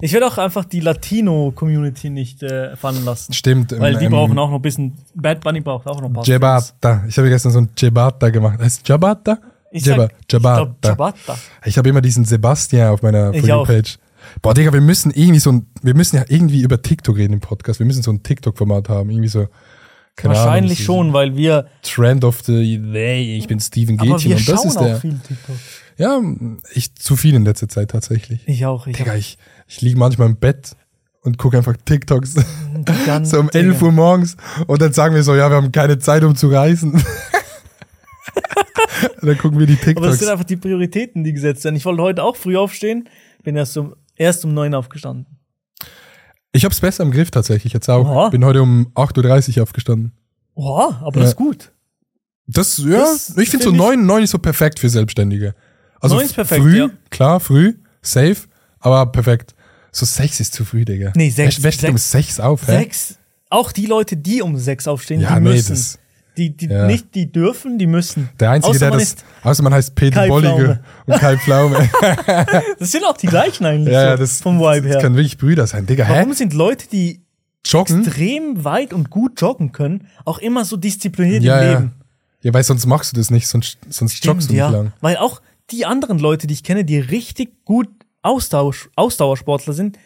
S2: ich werd auch einfach die Latino-Community nicht äh, fallen lassen.
S1: Stimmt. ähm, im-
S2: Weil die
S1: im
S2: brauchen auch noch ein bisschen. Bad Bunny braucht auch noch ein paar. Songs.
S1: Jabata. Ich habe gestern so ein Jabata gemacht. Heißt Jabata?
S2: Ich sag,
S1: Jabata.
S2: Ich glaub, Ciabatta.
S1: Ich habe immer diesen Sebastian auf meiner
S2: Ich
S1: For You
S2: auch.
S1: Page. Boah, Digga, wir müssen irgendwie so ein, wir müssen ja irgendwie über TikTok reden im Podcast. Wir müssen so ein TikTok-Format haben. Irgendwie so. Keine
S2: Wahrscheinlich
S1: Ahnung,
S2: schon, weil wir,
S1: so Trend of the Day. Ich bin Steven
S2: aber
S1: Gätchen
S2: wir
S1: und das
S2: schauen
S1: ist
S2: auch
S1: der.
S2: viel TikTok.
S1: Ja, ich zu viel in letzter Zeit tatsächlich.
S2: Ich auch, ich
S1: Digga, ich, ich liege manchmal im Bett und gucke einfach TikToks.
S2: hab
S1: <laughs>
S2: ganz-
S1: So um
S2: Digga.
S1: 11 Uhr morgens und dann sagen wir so, ja, wir haben keine Zeit, um zu reisen.
S2: <laughs>
S1: und dann gucken wir die
S2: Aber das
S1: TikToks.
S2: sind einfach die Prioritäten, die gesetzt werden. Ich wollte heute auch früh aufstehen, bin erst um, erst um neun aufgestanden.
S1: Ich hab's besser im Griff tatsächlich jetzt auch.
S2: Oha.
S1: Bin heute um 8.30 Uhr aufgestanden.
S2: Boah, aber das ist gut.
S1: Das, ja,
S2: Das
S1: ich finde so
S2: find ich-
S1: 9, 9 ist so perfekt für Selbstständige. Also
S2: Neun ist perfekt,
S1: früh,
S2: ja.
S1: klar, früh, safe, aber perfekt. So 6 ist zu früh, Digga.
S2: Nee, sechs-
S1: Wer, wer steht um
S2: sechs-
S1: 6 auf, hä?
S2: Sechs, auch die Leute, die um sechs aufstehen,
S1: Ja,
S2: die
S1: nee,
S2: müssen.
S1: das-
S2: die, die
S1: ja.
S2: nicht, die dürfen, die müssen.
S1: Der Einzige,
S2: Außer
S1: der
S2: man
S1: das.
S2: Ist,
S1: außer man heißt Peter
S2: Kai
S1: Bollige
S2: Pflaume.
S1: und Kai
S2: <laughs>
S1: Pflaume.
S2: das sind auch
S1: <laughs>
S2: die gleichen eigentlich
S1: ja, ja,
S2: so
S1: das,
S2: vom Vibe
S1: das
S2: her.
S1: können wirklich Brüder sein. Digga, hä? Hm?
S2: Warum sind Leute, die
S1: Joggen?
S2: extrem weit und gut joggen können, auch immer so diszipliniert
S1: Ja,
S2: im
S1: ja.
S2: Leben?
S1: ja, weil sonst machst du das nicht, sonst, sonst joggst du nicht lang.
S2: Weil auch die anderen Leute, die ich kenne, die richtig gut Austausch, Ausdauersportler sind,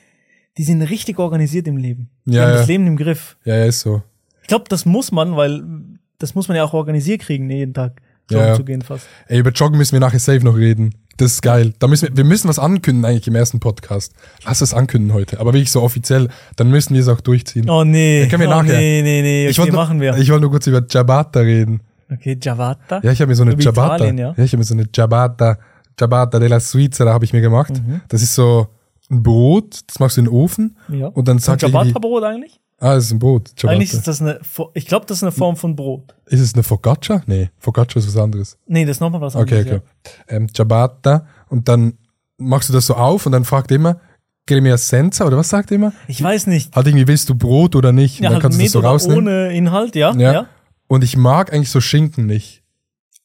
S2: die sind richtig organisiert im Leben. Die
S1: Ja,
S2: haben
S1: ja.
S2: das Leben im Griff.
S1: Ja, ja, ist so.
S2: Ich glaube, das muss man, weil mm, das muss man ja auch organisiert kriegen, ne, jeden Tag joggen
S1: Ja, ja.
S2: zu gehen fast.
S1: Ey, über Joggen müssen wir nachher safe noch reden. Das ist geil. Da müssen wir, wir müssen was ankündigen eigentlich im ersten Podcast. Lass es ankündigen heute. Aber wirklich so offiziell, dann müssen wir es auch durchziehen.
S2: Oh nee.
S1: Ja, können wir
S2: oh,
S1: nachher.
S2: Nee, nee, nee. Okay,
S1: ich wollte nur-
S2: machen wir.
S1: Ich wollte nur kurz über Ciabatta reden.
S2: okay, Javata.
S1: Ja, ich habe mir so eine
S2: Über
S1: Ciabatta.
S2: Italien,
S1: ja?
S2: ja.
S1: ich habe mir so eine Ciabatta, Ciabatta della Svizzera habe ich mir gemacht.
S2: Mhm.
S1: Das ist so ein Brot, das machst du in den Ofen
S2: Ja.
S1: und dann sagt irgendwie,
S2: Ciabatta-Brot eigentlich?
S1: ah, das ist ein Brot. Ciabatta.
S2: Eigentlich ist das eine, Fo- ich glaube, das ist eine Form von Brot.
S1: Ist es eine Focaccia? Nee, Focaccia ist was anderes.
S2: Nee, das ist nochmal was
S1: Okay,
S2: anderes.
S1: okay. Ähm, Ciabatta und dann machst du das so auf und dann fragt er immer, Gremia Senza oder was sagt er immer?
S2: Ja. Ich weiß nicht.
S1: Halt irgendwie, willst du Brot oder nicht? Und
S2: Ja,
S1: dann
S2: halt
S1: kannst du das
S2: mit
S1: so
S2: oder
S1: rausnehmen.
S2: ohne Inhalt, ja.
S1: ja.
S2: ja.
S1: Und ich mag eigentlich so Schinken nicht.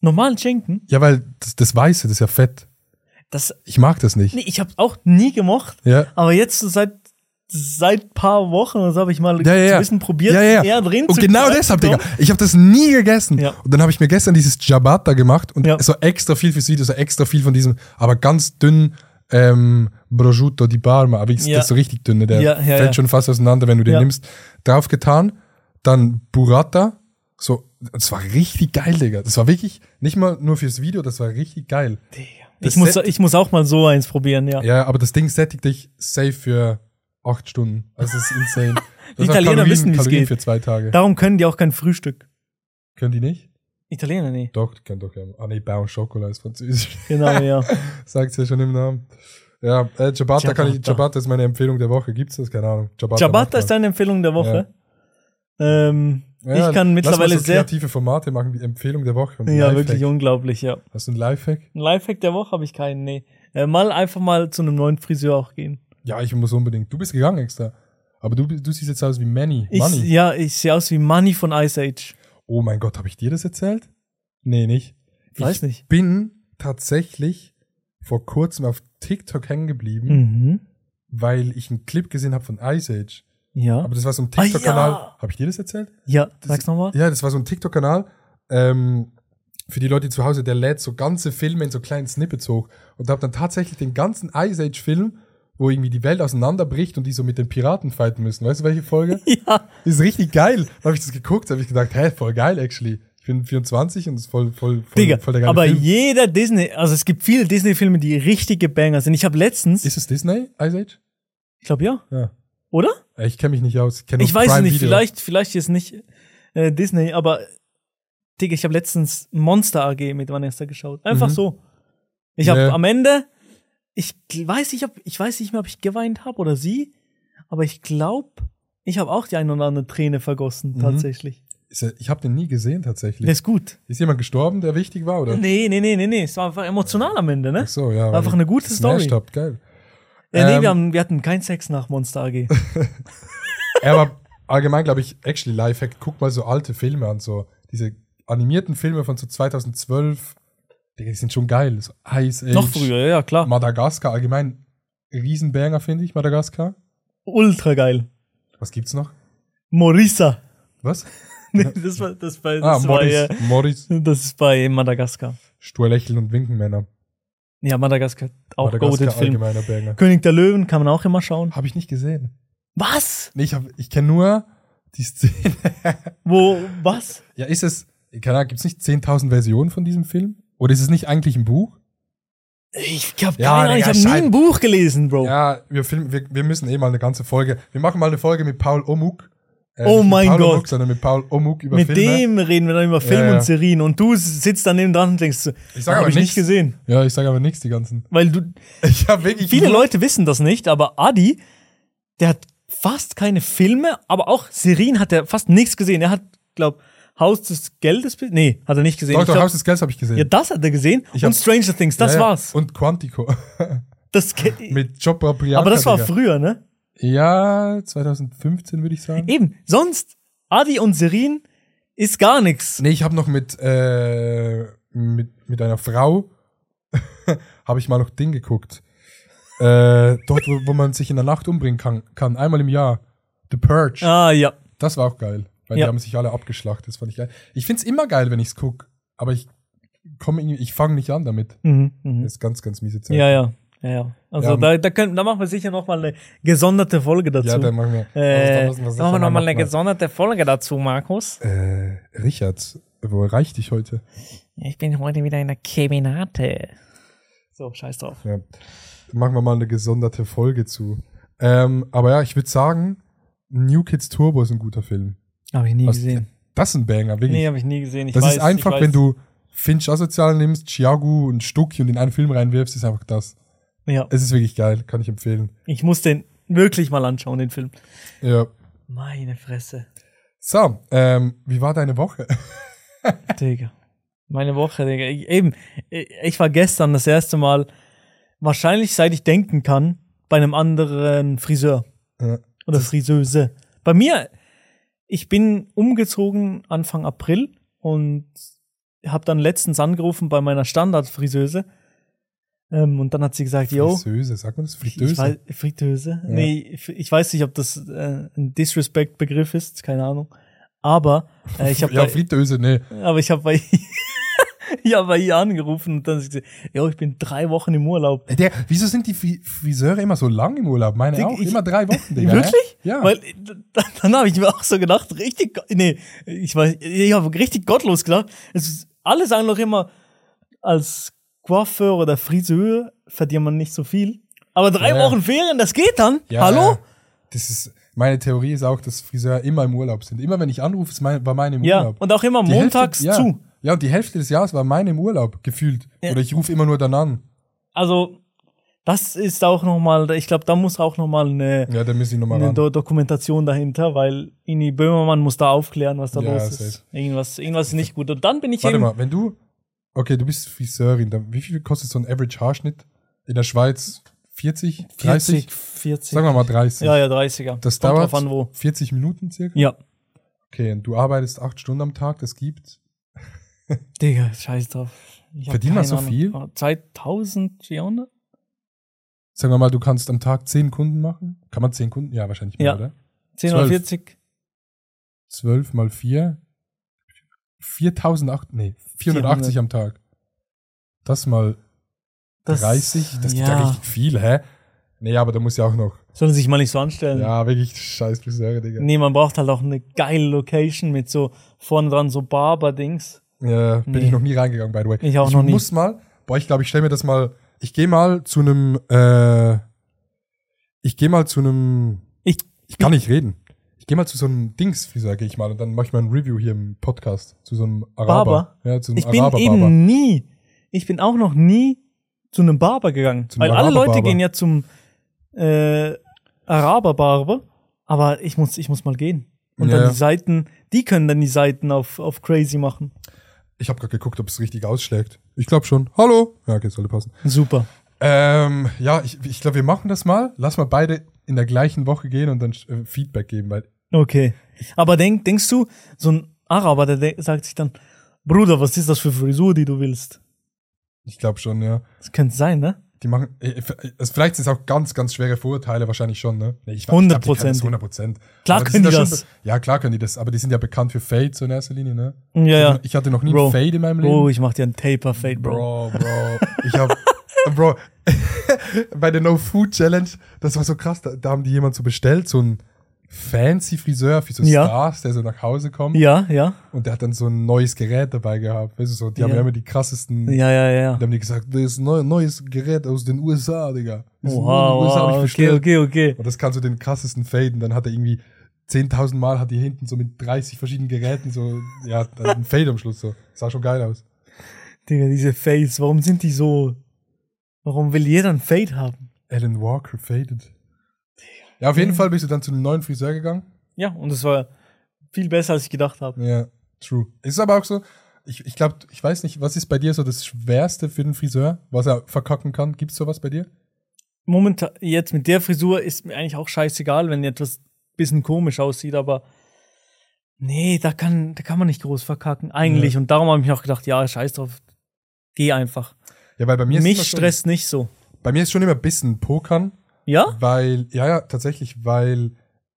S2: Normalen Schinken.
S1: Ja, weil das, das Weiße, das ist ja fett.
S2: Das,
S1: Ich mag das nicht.
S2: nee, ich habe auch nie gemocht.
S1: Ja.
S2: Aber jetzt so seit seit paar Wochen oder so habe ich mal
S1: Ja, ja,
S2: so
S1: ja.
S2: ein bisschen probiert,
S1: ja, ja, ja.
S2: eher drin
S1: Und
S2: zu
S1: genau deshalb, Digga.
S2: reinzukommen.
S1: Ich habe das nie gegessen.
S2: Ja.
S1: Und dann habe ich mir gestern dieses Ciabatta gemacht und
S2: Ja.
S1: so extra viel fürs Video, so extra viel von diesem, aber ganz dünn ähm, Prosciutto di Parma. Aber ich,
S2: Ja.
S1: das ist so richtig dünne, der
S2: Ja, ja,
S1: fällt
S2: ja.
S1: schon fast auseinander, wenn du den
S2: Ja.
S1: nimmst. Draufgetan, dann Burrata. So, das war richtig geil, Digga. Das war wirklich nicht mal nur fürs Video, das war richtig geil. Das
S2: Ich muss,
S1: Set-
S2: ich muss auch mal so eins probieren, ja.
S1: Ja, aber das Ding sättigt dich safe für acht Stunden. Also das ist insane. Das
S2: <laughs> Die
S1: macht
S2: Italiener
S1: Kalorien-
S2: wissen, wie's
S1: Kalorien
S2: geht.
S1: für zwei Tage.
S2: Darum können die auch kein Frühstück.
S1: Können die nicht?
S2: Italiener, nee.
S1: Doch, die können doch gerne. Ah, nee, Baron Chocolat ist französisch. <laughs>
S2: Genau, ja.
S1: Sagt's ja schon im Namen. Ja, äh, Ciabatta kann ich,
S2: Ciabatta.
S1: Ciabatta ist meine Empfehlung der Woche. Gibt's das? Keine Ahnung. Ciabatta,
S2: Ciabatta ist
S1: macht
S2: deine Empfehlung der Woche. Ähm,
S1: man. Ja,
S2: ich kann
S1: lass mal
S2: mittlerweile
S1: so
S2: sehr.
S1: kreative Formate machen wie Empfehlung der Woche. und
S2: Ja,
S1: Lifehack.
S2: wirklich unglaublich, ja.
S1: Hast du ein Lifehack?
S2: Ein Lifehack der Woche habe ich keinen, nee. Äh, mal einfach mal zu einem neuen Friseur auch gehen.
S1: Ja, ich muss unbedingt. Du bist gegangen extra. Aber du, du siehst jetzt aus wie Manny.
S2: Ich,
S1: Manny.
S2: ja, ich sehe aus wie Money von Ice Age.
S1: Oh mein Gott, habe ich dir das erzählt? Nee, nicht.
S2: Weiß
S1: ich
S2: nicht.
S1: bin tatsächlich vor kurzem auf TikTok hängen geblieben,
S2: Mhm.
S1: weil ich einen Clip gesehen habe von Ice Age.
S2: Ja.
S1: Aber das war so ein
S2: Ah, ja.
S1: TikTok-Kanal. Habe ich dir das erzählt?
S2: Ja,
S1: Das-
S2: sag's nochmal.
S1: Ja, das war so ein TikTok-Kanal. Ähm, für die Leute zu Hause, der lädt so ganze Filme in so kleinen Snippets hoch. Und habe dann tatsächlich den ganzen Ice Age-Film, wo irgendwie die Welt auseinanderbricht und die so mit den Piraten fighten müssen. Weißt du, welche Folge?
S2: <laughs> Ja.
S1: ist richtig geil. Da habe ich das geguckt, habe ich gedacht, hä, voll geil, actually. Ich bin 24 und das ist voll, voll, voll,
S2: Digga,
S1: voll der geile
S2: aber
S1: Film.
S2: jeder Disney, also es gibt viele Disney-Filme, die richtige Banger sind. Ich habe letztens,
S1: Ist es Disney, Ice Age?
S2: ich glaube ja,
S1: Ja.
S2: oder?
S1: Äh, Ich kenne mich nicht aus. Ich, kenn nur
S2: Ich weiß es
S1: Prime
S2: nicht,
S1: Video.
S2: vielleicht, vielleicht ist nicht äh, Disney, aber Digga, ich habe letztens Monster AG mit Vanessa geschaut. Einfach so. Ich habe
S1: Mhm. Nee.
S2: am Ende, ich gl- weiß nicht, ob, ich weiß nicht mehr, ob ich geweint habe oder sie, aber ich glaube, ich habe auch die ein oder andere Träne
S1: Mhm.
S2: vergossen, tatsächlich.
S1: Ist er- Ich habe den nie gesehen, tatsächlich.
S2: Der ist gut.
S1: Ist jemand gestorben, der wichtig war, oder?
S2: Nee, nee, nee, nee, nee. Es war einfach emotional am Ende, ne?
S1: Ach so, ja.
S2: Einfach eine gute
S1: Smashed
S2: Story.
S1: Up, geil.
S2: Äh, nee,
S1: Ähm.
S2: wir, haben, wir hatten keinen Sex nach Monster AG.
S1: Ja, aber allgemein glaube ich, actually Lifehack, guck mal so alte Filme an, so diese animierten Filme von so 2012. Digga, die sind schon geil. So Ice Age.
S2: Noch früher, ja, klar.
S1: Madagaskar, allgemein Riesenbanger, finde ich, Madagaskar.
S2: Ultra geil.
S1: Was gibt's noch?
S2: Morissa. <laughs>
S1: Was?
S2: Nee, das war, das war,
S1: Ah,
S2: das war,
S1: Morris.
S2: äh,
S1: Morris.
S2: Das ist bei Madagaskar.
S1: Stur lächeln und winken Männer.
S2: Ja, Madagaskar, auch
S1: Madagaskar
S2: Golden Film.
S1: allgemeiner Banger.
S2: König der Löwen kann man auch immer schauen.
S1: Habe ich nicht gesehen.
S2: Was?
S1: Nee, ich, hab- ich kenne nur die Szene. <laughs>
S2: Wo, was?
S1: Ja, ist es, keine Ahnung, gibt's nicht 10.000 Versionen von diesem Film? Oder ist es nicht eigentlich ein Buch?
S2: Ich hab
S1: Ja,
S2: keine Ahnung, ich
S1: Digga,
S2: hab nie
S1: schein-
S2: ein Buch gelesen, Bro.
S1: Ja, wir, filmen, wir, wir müssen eh mal eine ganze Folge. Wir machen mal eine Folge mit Paul Omuk. Äh, nicht
S2: Oh
S1: mit
S2: mein
S1: Paul
S2: Gott.
S1: Omuk, sondern mit Paul Omuk über
S2: Mit
S1: Filme.
S2: dem reden wir dann über Film
S1: Ja, ja.
S2: und Serien und du sitzt daneben dran und denkst, ich
S1: sag
S2: hab
S1: aber
S2: ich
S1: nichts.
S2: nicht gesehen.
S1: Ja, ich sage aber nichts, die
S2: <laughs>
S1: ganzen.
S2: Weil du,
S1: Ich habe wirklich.
S2: viele
S1: nur-
S2: Leute wissen das nicht, aber Adi, der hat fast keine Filme, aber auch Serien hat er fast nichts gesehen. Er hat, glaub, Haus des Geldes, nee, hat er nicht gesehen.
S1: Doch,
S2: Ich
S1: doch,
S2: glaub,
S1: Haus des Gelds habe ich gesehen.
S2: ja, das hat er gesehen.
S1: Ich
S2: und
S1: hab-
S2: Stranger Things, das
S1: Ja, ja.
S2: war's.
S1: Und Quantico. <laughs>
S2: Das ke-
S1: mit Chopra Priyanka.
S2: aber das war
S1: Digga.
S2: früher, ne?
S1: Ja, 2015 würde ich sagen.
S2: Eben, sonst Adi und Serin ist gar nichts.
S1: Nee, ich habe noch mit, äh, mit, mit einer Frau, <laughs> habe ich mal noch Ding geguckt. Äh, dort, wo, wo man sich in der Nacht umbringen kann, kann, einmal im Jahr. The Purge.
S2: Ah ja.
S1: Das war auch geil, weil die
S2: Ja.
S1: haben sich alle abgeschlachtet. Das fand ich geil. Ich find's immer geil, wenn ich's guck, aber ich komme, ich fange nicht an damit.
S2: Mhm, mhm.
S1: Das ist ganz, ganz miese Zeit.
S2: Ja, ja. Ja, ja. Also
S1: Ja.
S2: da, da, können, da machen wir sicher nochmal eine gesonderte Folge dazu.
S1: Ja, dann machen wir. Also, da
S2: Äh,
S1: müssen wir sicher
S2: machen wir
S1: mal
S2: nochmal eine
S1: machen.
S2: gesonderte Folge dazu, Markus.
S1: Äh, Richard, wo erreicht dich heute?
S2: Ich bin heute wieder in der Keminate. So, scheiß drauf.
S1: Ja. Machen wir mal eine gesonderte Folge zu. Ähm, aber ja, ich würde sagen, New Kids Turbo ist ein guter Film.
S2: Habe ich nie
S1: Was-
S2: gesehen.
S1: Das ist ein Banger, wirklich.
S2: Nee, habe ich nie gesehen. Ich
S1: das
S2: weiß,
S1: ist einfach,
S2: ich weiß.
S1: wenn du Finch asozial nimmst, Chiagu und Stucki und in einen Film reinwirfst, ist einfach das.
S2: Ja,
S1: Es ist wirklich geil, kann ich empfehlen.
S2: ich muss den wirklich mal anschauen, den Film.
S1: Ja.
S2: Meine Fresse.
S1: So, ähm, wie war deine Woche? <laughs>
S2: Digga. Meine Woche, Digga. Ich, eben, ich ich war gestern das erste Mal, wahrscheinlich seit ich denken kann, bei einem anderen Friseur
S1: Ja.
S2: oder Friseuse. Bei mir, ich bin umgezogen Anfang April und habe dann letztens angerufen bei meiner Standardfriseuse. Ähm, und dann hat sie gesagt, yo,
S1: Frisöse, sagt man das?
S2: Ich weiß,
S1: Fritteuse?
S2: Fritteuse? Nee, ich weiß nicht, ob das äh, ein Disrespect-Begriff ist, keine Ahnung. Aber äh, ich habe
S1: Ja, ne.
S2: bei,
S1: Fritteuse, nee.
S2: aber ich habe bei, <laughs> ich hab bei ihr angerufen und dann hat sie gesagt, ja, ich bin drei Wochen im Urlaub.
S1: Der, wieso sind die Fri- Friseure immer so lang im Urlaub? Meine
S2: Digga,
S1: auch.
S2: ich-
S1: Immer drei
S2: <laughs>
S1: Wochen, Digga.
S2: Wirklich?
S1: Ja.
S2: Weil äh, dann, dann habe ich mir auch so gedacht, richtig, go- nee, ich weiß, ich habe richtig gottlos gedacht. Es ist, alle sagen doch immer, als Coiffeur oder Friseur verdient man nicht so viel. Aber drei
S1: Ja.
S2: Wochen Ferien, das geht dann.
S1: Ja,
S2: Hallo?
S1: ja. Das ist, meine Theorie ist auch, dass Friseure immer im Urlaub sind. Immer wenn ich anrufe, ist mein, war meine im
S2: Ja,
S1: Urlaub.
S2: und auch immer
S1: genau. Die
S2: montags
S1: Hälfte, ja.
S2: zu.
S1: Ja, und die Hälfte des Jahres war meine im Urlaub, gefühlt.
S2: Ja.
S1: Oder ich rufe immer nur dann an.
S2: Also, das ist auch nochmal, ich glaube, da muss auch nochmal eine,
S1: Ja, dann müssen ich nochmal
S2: eine
S1: ran.
S2: Do Dokumentation dahinter, weil Ini Böhmermann muss da aufklären, was da
S1: Ja,
S2: los ist.
S1: safe.
S2: Irgendwas, irgendwas ist nicht gut. Und dann bin ich
S1: Warte
S2: eben,
S1: mal, wenn du, okay, du bist Friseurin, dann wie viel kostet so ein Average Haarschnitt? In der Schweiz 40, 30?
S2: 40, 40.
S1: Sagen wir mal 30.
S2: ja, ja, 30er.
S1: Das
S2: Kommt
S1: dauert
S2: drauf an, wo.
S1: 40 Minuten circa.
S2: Ja.
S1: Okay, und du arbeitest acht Stunden am Tag, das gibt.
S2: Digga, scheiß drauf. Ich hab
S1: Verdient man
S2: keine
S1: so
S2: Ahnung. Ah,
S1: viel?
S2: 2400?
S1: Sagen wir mal, du kannst am Tag 10 Kunden machen. Kann man 10 Kunden? Ja, wahrscheinlich mehr,
S2: Ja.
S1: oder?
S2: 10 oder
S1: Zwölf.
S2: 40?
S1: 12 mal 4. 4008, nee, 480 am Tag. Das mal
S2: Das-
S1: 30, das gibt ja
S2: ja.
S1: richtig viel, hä? Nee, aber da muss ja auch noch.
S2: Sollen sich mal nicht so anstellen.
S1: Ja, wirklich scheiß Friseure, Digga.
S2: Nee, man braucht halt auch eine geile Location mit so vorne dran so Barber-Dings.
S1: Ja, bin
S2: Nee.
S1: ich noch nie reingegangen, by the way.
S2: Ich auch noch nie.
S1: Ich muss mal, boah, ich glaube, ich stelle mir das mal, ich gehe mal zu einem, äh, ich gehe mal zu einem,
S2: Ich,
S1: ich kann nicht reden. Ich gehe mal zu so einem Dings-Friseur, gehe ich mal, und dann mache ich mal ein Review hier im Podcast, zu so einem Araber.
S2: Barber?
S1: Ja, zu
S2: ich
S1: einem
S2: bin
S1: Araber-Barber.
S2: eben nie, ich bin auch noch nie zu einem Barber gegangen.
S1: Zum
S2: Weil alle Leute
S1: Araber-Barber.
S2: gehen ja zum äh, Araber-Barber, aber ich muss, ich muss mal gehen. Und
S1: Ja.
S2: dann die Seiten, die können dann die Seiten auf, auf crazy machen.
S1: Ich habe gerade geguckt, ob es richtig ausschlägt. Ich glaube schon. Hallo? Ja, okay, sollte passen.
S2: Super.
S1: Ähm, ja, ich, ich glaube, wir machen das mal. Lass mal beide in der gleichen Woche gehen und dann äh, Feedback geben, weil
S2: Okay. Aber denk, denkst du, so ein Araber, der de- sagt sich dann, Bruder, was ist das für Frisur, die du willst?
S1: ich glaube schon, ja.
S2: Das könnte sein, ne?
S1: Die machen, äh, es- vielleicht sind es auch ganz, ganz schwere Vorurteile, wahrscheinlich schon, ne? Nee, ich, weiß- ich glaub, die können das
S2: 100%.
S1: 100%.
S2: Klar
S1: Aber
S2: können
S1: sind
S2: die
S1: ja
S2: das.
S1: Schon, ja, klar können die das, aber die sind ja bekannt für Fade so in erster Linie, ne?
S2: Ja, ja.
S1: Ich hatte noch nie
S2: Bro.
S1: einen Fade in meinem Leben.
S2: Bro, Oh, ich mach dir einen Taper-Fade, Bro.
S1: Bro, Bro. Ich hab, <laughs> Bro, bei der No Food Challenge, das war so krass, da, da haben die jemand so bestellt, so ein fancy Friseur für so
S2: Ja.
S1: Stars, der so nach Hause kommt
S2: Ja, ja.
S1: und der hat dann so ein neues Gerät dabei gehabt. Weißt du, so, die haben
S2: Ja.
S1: ja immer die krassesten.
S2: Ja, ja,
S1: Und
S2: ja.
S1: dann haben die gesagt, das ist ein neu, neues Gerät aus den USA, Digga. Das ist
S2: Oha,
S1: nur in den USA, hab ich
S2: wow, okay,
S1: bestellt.
S2: okay, okay.
S1: Und das kann so den krassesten faden. Dann hat er irgendwie 10.000 Mal hat die hinten so mit 30 verschiedenen Geräten so, ja, dann ein Fade am Schluss so. Sah schon geil aus.
S2: Digga, diese Fades, warum sind die so? Warum will jeder ein Fade haben?
S1: Alan Walker faded. Ja, auf jeden Fall bist du dann zu einem neuen Friseur gegangen.
S2: Ja, und es war viel besser, als ich gedacht habe.
S1: Ja, true. Es ist aber auch so, ich, ich glaube, ich weiß nicht, was ist bei dir so das Schwerste für den Friseur, was er verkacken kann? Gibt's sowas bei dir?
S2: Momentan, jetzt mit der Frisur ist mir eigentlich auch scheißegal, wenn etwas bisschen komisch aussieht, aber nee, da kann, da kann man nicht groß verkacken, eigentlich. Und darum habe ich mir auch gedacht, ja, scheiß drauf, geh einfach.
S1: Ja, weil bei mir
S2: Mich
S1: ist immer
S2: stresst nicht so.
S1: Schon, bei mir ist schon immer ein bisschen Pokern.
S2: Ja?
S1: Weil, ja, ja, tatsächlich, weil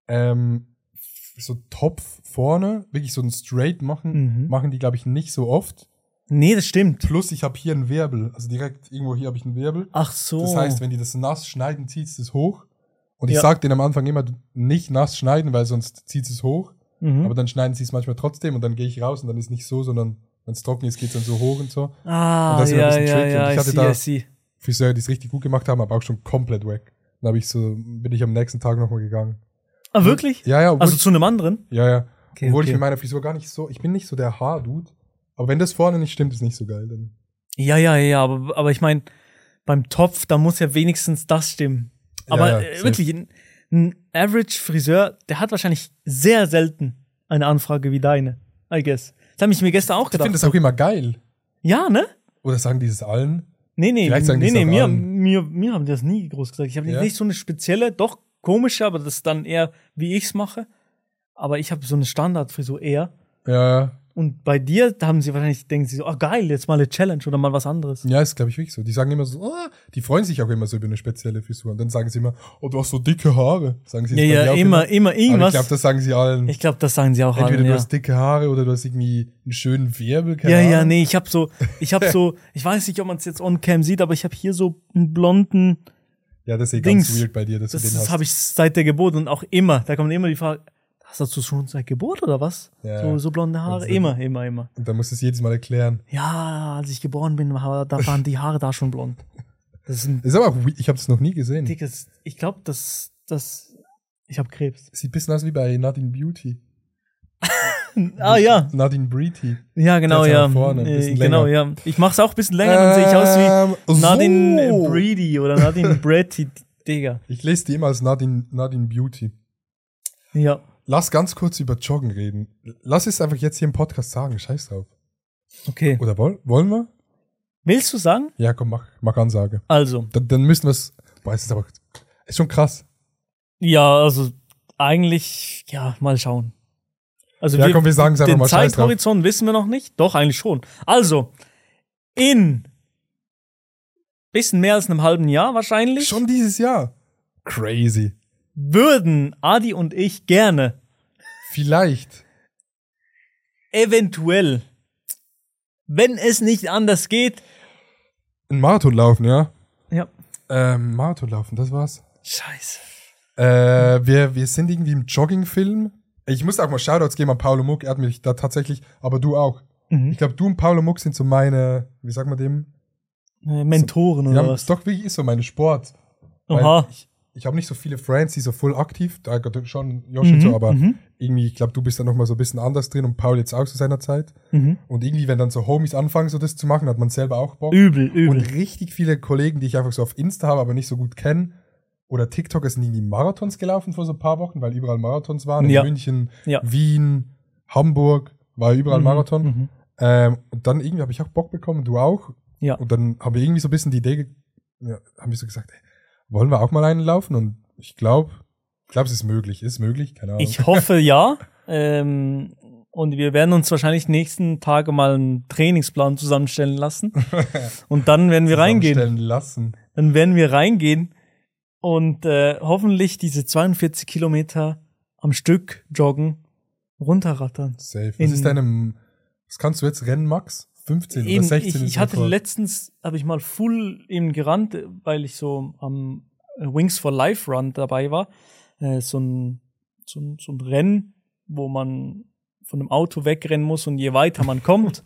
S1: ähm, f- so Topf vorne, wirklich so ein Straight machen,
S2: Mhm.
S1: machen die, glaube ich, nicht so oft.
S2: Nee, das stimmt.
S1: Plus ich habe hier einen Wirbel, also direkt irgendwo hier habe ich einen Wirbel.
S2: Ach so.
S1: Das heißt, wenn die das nass schneiden, zieht es das hoch. Und ich
S2: Oh. Ja.
S1: sag denen am Anfang immer, nicht nass schneiden, weil sonst zieht es hoch.
S2: Mhm.
S1: Aber dann schneiden sie es manchmal trotzdem und dann gehe ich raus und dann ist nicht so, sondern wenn es trocken ist, geht es dann so hoch und so.
S2: ah,
S1: und das ist immer
S2: ja,
S1: ein bisschen
S2: ja,
S1: tricky.
S2: ja,
S1: Ich
S2: ich
S1: hatte
S2: see,
S1: da-
S2: I see.
S1: Friseure, die es richtig gut gemacht haben, aber auch schon komplett weg. Dann habe ich so, bin ich am nächsten Tag nochmal gegangen.
S2: Ah, wirklich?
S1: Ja, ja, obwohl
S2: also
S1: ich,
S2: zu einem anderen?
S1: ja, ja.
S2: Okay,
S1: obwohl
S2: okay.
S1: ich mit meiner Frisur gar nicht so, ich bin nicht so der Haardude. Aber wenn das vorne nicht stimmt, ist nicht so geil. Dann.
S2: Ja, ja, ja, aber, aber ich meine, beim Topf, da muss ja wenigstens das stimmen.
S1: Ja,
S2: Aber
S1: ja,
S2: äh,
S1: safe.
S2: wirklich, ein, ein Average Friseur, der hat wahrscheinlich sehr selten eine Anfrage wie deine, I guess. Das habe ich mir gestern auch
S1: Ich
S2: gedacht.
S1: finde das auch immer geil.
S2: ja, ne?
S1: Oder sagen die es allen?
S2: Nee, nee,
S1: Vielleicht sagen die
S2: nee,
S1: es
S2: nee,
S1: auch
S2: mir,
S1: allen.
S2: mir, mir haben die das nie groß gesagt. Ich habe
S1: Ja?
S2: nicht so eine spezielle, doch komische, aber das ist dann eher, wie ich's mache. Aber ich habe so eine Standardfrisur eher.
S1: Ja, ja.
S2: Und bei dir, da haben sie wahrscheinlich, denken sie so, oh geil, jetzt mal eine Challenge oder mal was anderes.
S1: Ja, ist, glaube ich, wirklich so. Die sagen immer so, ah, die freuen sich auch immer so über eine spezielle Frisur. Und dann sagen sie immer, oh, du hast so dicke Haare. Sagen sie
S2: Ja,
S1: jetzt bei
S2: ja,
S1: mir auch
S2: immer, immer
S1: Aber
S2: irgendwas.
S1: ich glaube, das sagen sie allen.
S2: Ich glaube, das sagen sie auch
S1: Entweder
S2: allen,
S1: du
S2: ja.
S1: hast dicke Haare oder du hast irgendwie einen schönen Wirbel. keine
S2: Ja, ja,
S1: Ahnung.
S2: nee, ich habe so, ich
S1: <laughs>
S2: habe so, ich weiß nicht, ob man es jetzt on cam sieht, aber ich habe hier so einen blonden,
S1: Ja, das ist eh ganz
S2: Dings.
S1: weird bei dir, dass
S2: das,
S1: du den hast.
S2: habe ich seit der Geburt und auch immer, da kommt immer die Frage, hast du das schon seit Geburt oder was?
S1: Ja, ja.
S2: so, so blonde Haare,
S1: Also-
S2: immer, immer, immer.
S1: Und dann musst du es jedes Mal erklären.
S2: Ja, als ich geboren bin, war- da waren die Haare da schon blond. Das
S1: <laughs>
S2: ist ein
S1: Ist aber auch, weird. ich habe das noch nie gesehen.
S2: dickes, ich glaube, das, das, ich habe Krebs.
S1: Sieht ein bisschen aus wie bei Nadine Beauty.
S2: Ah ja,
S1: Nadine Breety.
S2: ja genau,
S1: Der ist
S2: ja.
S1: aber vorne, ein
S2: Äh,
S1: bisschen
S2: genau, ja. Ich mach's auch ein bisschen länger, dann sehe ich aus wie
S1: Ähm,
S2: Nadine
S1: so.
S2: Breedy oder
S1: <laughs>
S2: Nadine Bretty, Digga.
S1: Ich lese die immer als Nadine, Nadine Beauty.
S2: Ja.
S1: Lass ganz kurz über Joggen reden. Lass es einfach jetzt hier im Podcast sagen. Scheiß drauf.
S2: Okay.
S1: Oder woll, wollen wir?
S2: Willst du sagen?
S1: Ja, komm, mach, mach Ansage.
S2: Also,
S1: Dann, dann müssen wir es. Boah, es ist aber. Ist schon krass.
S2: ja, also eigentlich, ja, mal schauen. Also
S1: Ja, komm, wir sagen's einfach
S2: den
S1: mal, scheiß drauf.
S2: Zeithorizont wissen wir noch nicht. Doch, eigentlich schon. Also, in bisschen mehr als einem halben Jahr wahrscheinlich
S1: Schon dieses Jahr. Crazy.
S2: würden Adi und ich gerne
S1: Vielleicht.
S2: eventuell, wenn es nicht anders geht,
S1: Ein Marathon laufen, ja?
S2: ja,
S1: Ähm, Marathon laufen, das war's.
S2: scheiße.
S1: Äh, wir, wir sind irgendwie im Joggingfilm. Ich muss auch mal Shoutouts geben an Paolo Muck. Er hat mich da tatsächlich, aber du auch.
S2: Mhm.
S1: Ich glaube, du und Paolo Muck sind so meine, wie sagt man dem?
S2: Äh, Mentoren
S1: Ja,
S2: oder
S1: ist
S2: was?
S1: doch wirklich ist so meine Sport. Weil
S2: Oha.
S1: Ich, ich habe nicht so viele Friends, die so voll aktiv, da gehört schon Josh
S2: Mhm,
S1: und so, aber irgendwie, ich glaube, du bist da nochmal so ein bisschen anders drin und Paul jetzt auch zu seiner Zeit.
S2: Mhm.
S1: Und irgendwie, wenn dann so Homies anfangen, so das zu machen, hat man selber auch Bock.
S2: Übel,
S1: Und
S2: übel.
S1: richtig viele Kollegen, die ich einfach so auf Insta habe, aber nicht so gut kenne, oder TikToker sind irgendwie Marathons gelaufen vor so ein paar Wochen, weil überall Marathons waren. In
S2: Ja.
S1: München,
S2: Ja.
S1: Wien, Hamburg war überall
S2: Mhm,
S1: Marathon.
S2: mhm.
S1: Ähm, und dann irgendwie habe ich auch Bock bekommen, du auch.
S2: Ja.
S1: Und dann haben wir irgendwie so ein bisschen die Idee, ge- ja, haben wir so gesagt, ey, wollen wir auch mal einen laufen? Und ich glaube, ich glaube, es ist möglich, ist möglich, keine Ahnung.
S2: Ich hoffe ja. Ähm, und wir werden uns wahrscheinlich nächsten Tage mal einen Trainingsplan
S1: <laughs>
S2: zusammenstellen lassen. Und dann werden wir reingehen.
S1: Zusammenstellen lassen.
S2: Dann werden wir reingehen und äh, hoffentlich diese 42 Kilometer am Stück joggen, runterrattern.
S1: Safe. Was
S2: In-
S1: ist deinem, was kannst du jetzt rennen, Max? 15
S2: Eben,
S1: oder 16?
S2: ich,
S1: ist
S2: ich
S1: mein
S2: hatte
S1: Rekord.
S2: letztens, habe ich mal full eben gerannt, äh, weil ich so am äh, Wings for Life Run dabei war. Äh, so, ein, so, ein, so ein Rennen, wo man von einem Auto wegrennen muss und je weiter
S1: <laughs>
S2: man kommt,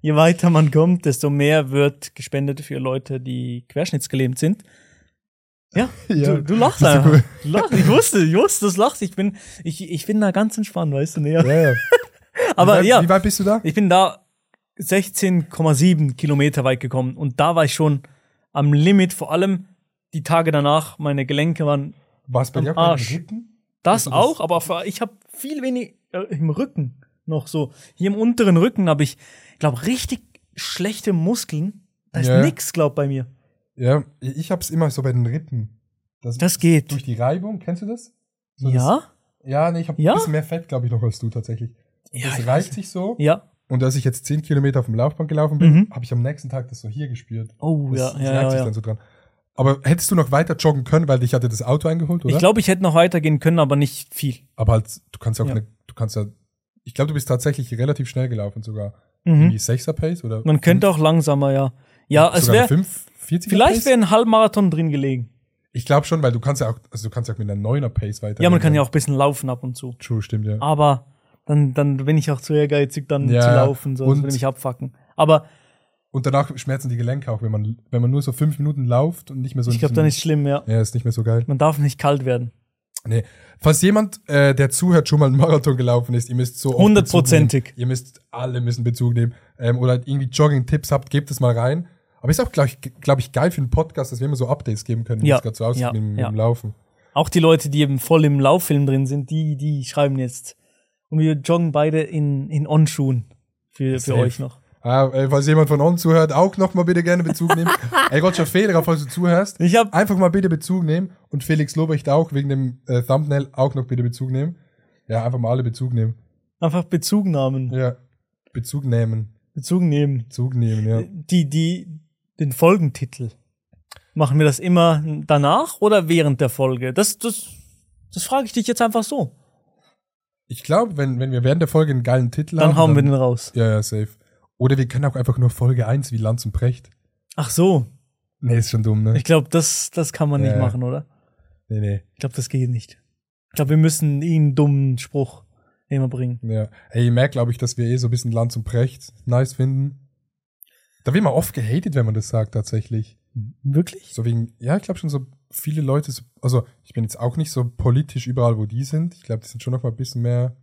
S2: je weiter man kommt, desto mehr wird gespendet für Leute, die querschnittsgelähmt sind. Ja,
S1: <laughs> Ja,
S2: du, du lachst
S1: das ist
S2: einfach.
S1: cool.
S2: Du lachst, ich wusste, ich wusste, das lachst. Ich bin, ich, ich bin da ganz entspannt, weißt du, ne? Ja.
S1: Ja,
S2: <laughs>
S1: ja.
S2: Aber
S1: wie weit,
S2: ja.
S1: Wie weit bist du da?
S2: Ich bin da 16,7 Kilometer weit gekommen und da war ich schon am Limit, vor allem die Tage danach, meine Gelenke waren
S1: Was bei
S2: am
S1: dir auch beim
S2: Arsch.
S1: Rücken?
S2: das
S1: Also das-
S2: auch, aber vor- ich habe viel weniger äh, im Rücken noch so. Hier im unteren Rücken habe ich, glaube richtig schlechte Muskeln. Da ist
S1: Ja.
S2: nix, glaub bei mir.
S1: Ja, ich hab's immer so bei den Rippen.
S2: Das geht.
S1: Durch die Reibung, kennst du das? So
S2: ja?
S1: Das, ja, nee, ich hab
S2: Ja?
S1: ein bisschen mehr Fett, glaube ich, noch als du tatsächlich.
S2: Ja,
S1: das
S2: ich
S1: reicht sich so.
S2: Ja.
S1: Und als ich jetzt 10 Kilometer auf dem Laufband gelaufen bin,
S2: Mhm.
S1: habe ich am nächsten Tag das so hier gespürt.
S2: Oh,
S1: Das,
S2: ja,
S1: das
S2: ja,
S1: reibt
S2: ja,
S1: sich
S2: ja.
S1: dann so dran. Aber hättest du noch weiter joggen können, weil dich hatte das Auto eingeholt, oder?
S2: Ich glaube, ich hätte noch weitergehen können, aber nicht viel.
S1: Aber halt, du kannst ja auch
S2: Ja.
S1: eine, du kannst ja, ich glaube, du bist tatsächlich relativ schnell gelaufen sogar. Wie 6er Pace oder
S2: Mhm. Man könnte auch langsamer, ja. Ja, es
S1: sogar
S2: wäre,
S1: 5, 40er
S2: vielleicht
S1: Pace?
S2: wäre ein Halbmarathon drin gelegen.
S1: Ich glaube schon, weil du kannst ja auch, also du kannst ja auch mit einer 9er Pace weiter.
S2: Ja, man kann ja Ah. auch ein bisschen laufen ab und zu.
S1: True, stimmt ja.
S2: Aber dann, dann bin ich auch zu ehrgeizig, dann
S1: Ja,
S2: zu laufen, sonst
S1: und-
S2: würde mich abfacken. Aber
S1: Und danach schmerzen die Gelenke auch, wenn man, wenn man nur so fünf Minuten läuft und nicht mehr so. in
S2: ich glaube,
S1: diesem-
S2: dann ist schlimm, ja.
S1: Ja, ist nicht mehr so geil.
S2: Man darf nicht kalt werden.
S1: Nee. Falls jemand, äh, der zuhört, schon mal einen Marathon gelaufen ist, ihr müsst so. oft Bezug
S2: Hundertprozentig.
S1: nehmen. Ihr müsst, alle müssen Bezug nehmen. Ähm, oder irgendwie Jogging-Tipps habt, gebt es mal rein. Aber ist auch, glaube ich, glaub ich, geil für einen Podcast, dass wir immer so Updates geben können, wie
S2: Ja.
S1: es gerade so aussieht
S2: Ja.
S1: mit, dem-
S2: Ja.
S1: mit dem Laufen.
S2: Auch die Leute, die eben voll im Lauffilm drin sind, die, die schreiben jetzt. Und wir joggen beide in, in On-Schuhen für, für
S1: Safe.
S2: euch noch.
S1: Ah, äh, falls jemand von uns zuhört, auch nochmal bitte gerne Bezug
S2: <laughs>
S1: nehmen. Ey, Roger Federer, falls du zuhörst,
S2: Ich hab-
S1: einfach mal bitte Bezug nehmen. Und Felix Lobrecht auch, wegen dem äh, Thumbnail auch noch bitte Bezug nehmen. Ja, einfach mal alle Bezug nehmen.
S2: Einfach Bezugnahmen.
S1: Ja, Bezug nehmen.
S2: Bezug nehmen.
S1: Bezug nehmen, ja.
S2: Die, die, den Folgentitel. Machen wir das immer danach oder während der Folge? Das, das, das frage ich dich jetzt einfach so.
S1: Ich glaube, wenn, wenn wir während der Folge einen geilen Titel
S2: Dann hauen
S1: haben,
S2: wir den raus.
S1: Ja, ja, safe. Oder wir können auch einfach nur Folge 1 wie Lanz und Precht.
S2: Ach so.
S1: Nee, ist schon dumm, ne?
S2: Ich glaube, das, das kann man
S1: Ja.
S2: nicht machen, oder?
S1: nee, nee.
S2: Ich glaube, das geht nicht. Ich glaube, wir müssen einen dummen Spruch immer bringen.
S1: Ja. Ey, ihr merkt, glaube ich, dass wir eh so ein bisschen Lanz und Precht nice finden. Da wird man oft gehatet, wenn man das sagt, tatsächlich.
S2: Wirklich?
S1: So wegen, ja, ich glaube schon so viele Leute, so, also ich bin jetzt auch nicht so politisch überall, wo die sind. Ich glaube, die sind schon noch mal ein bisschen mehr.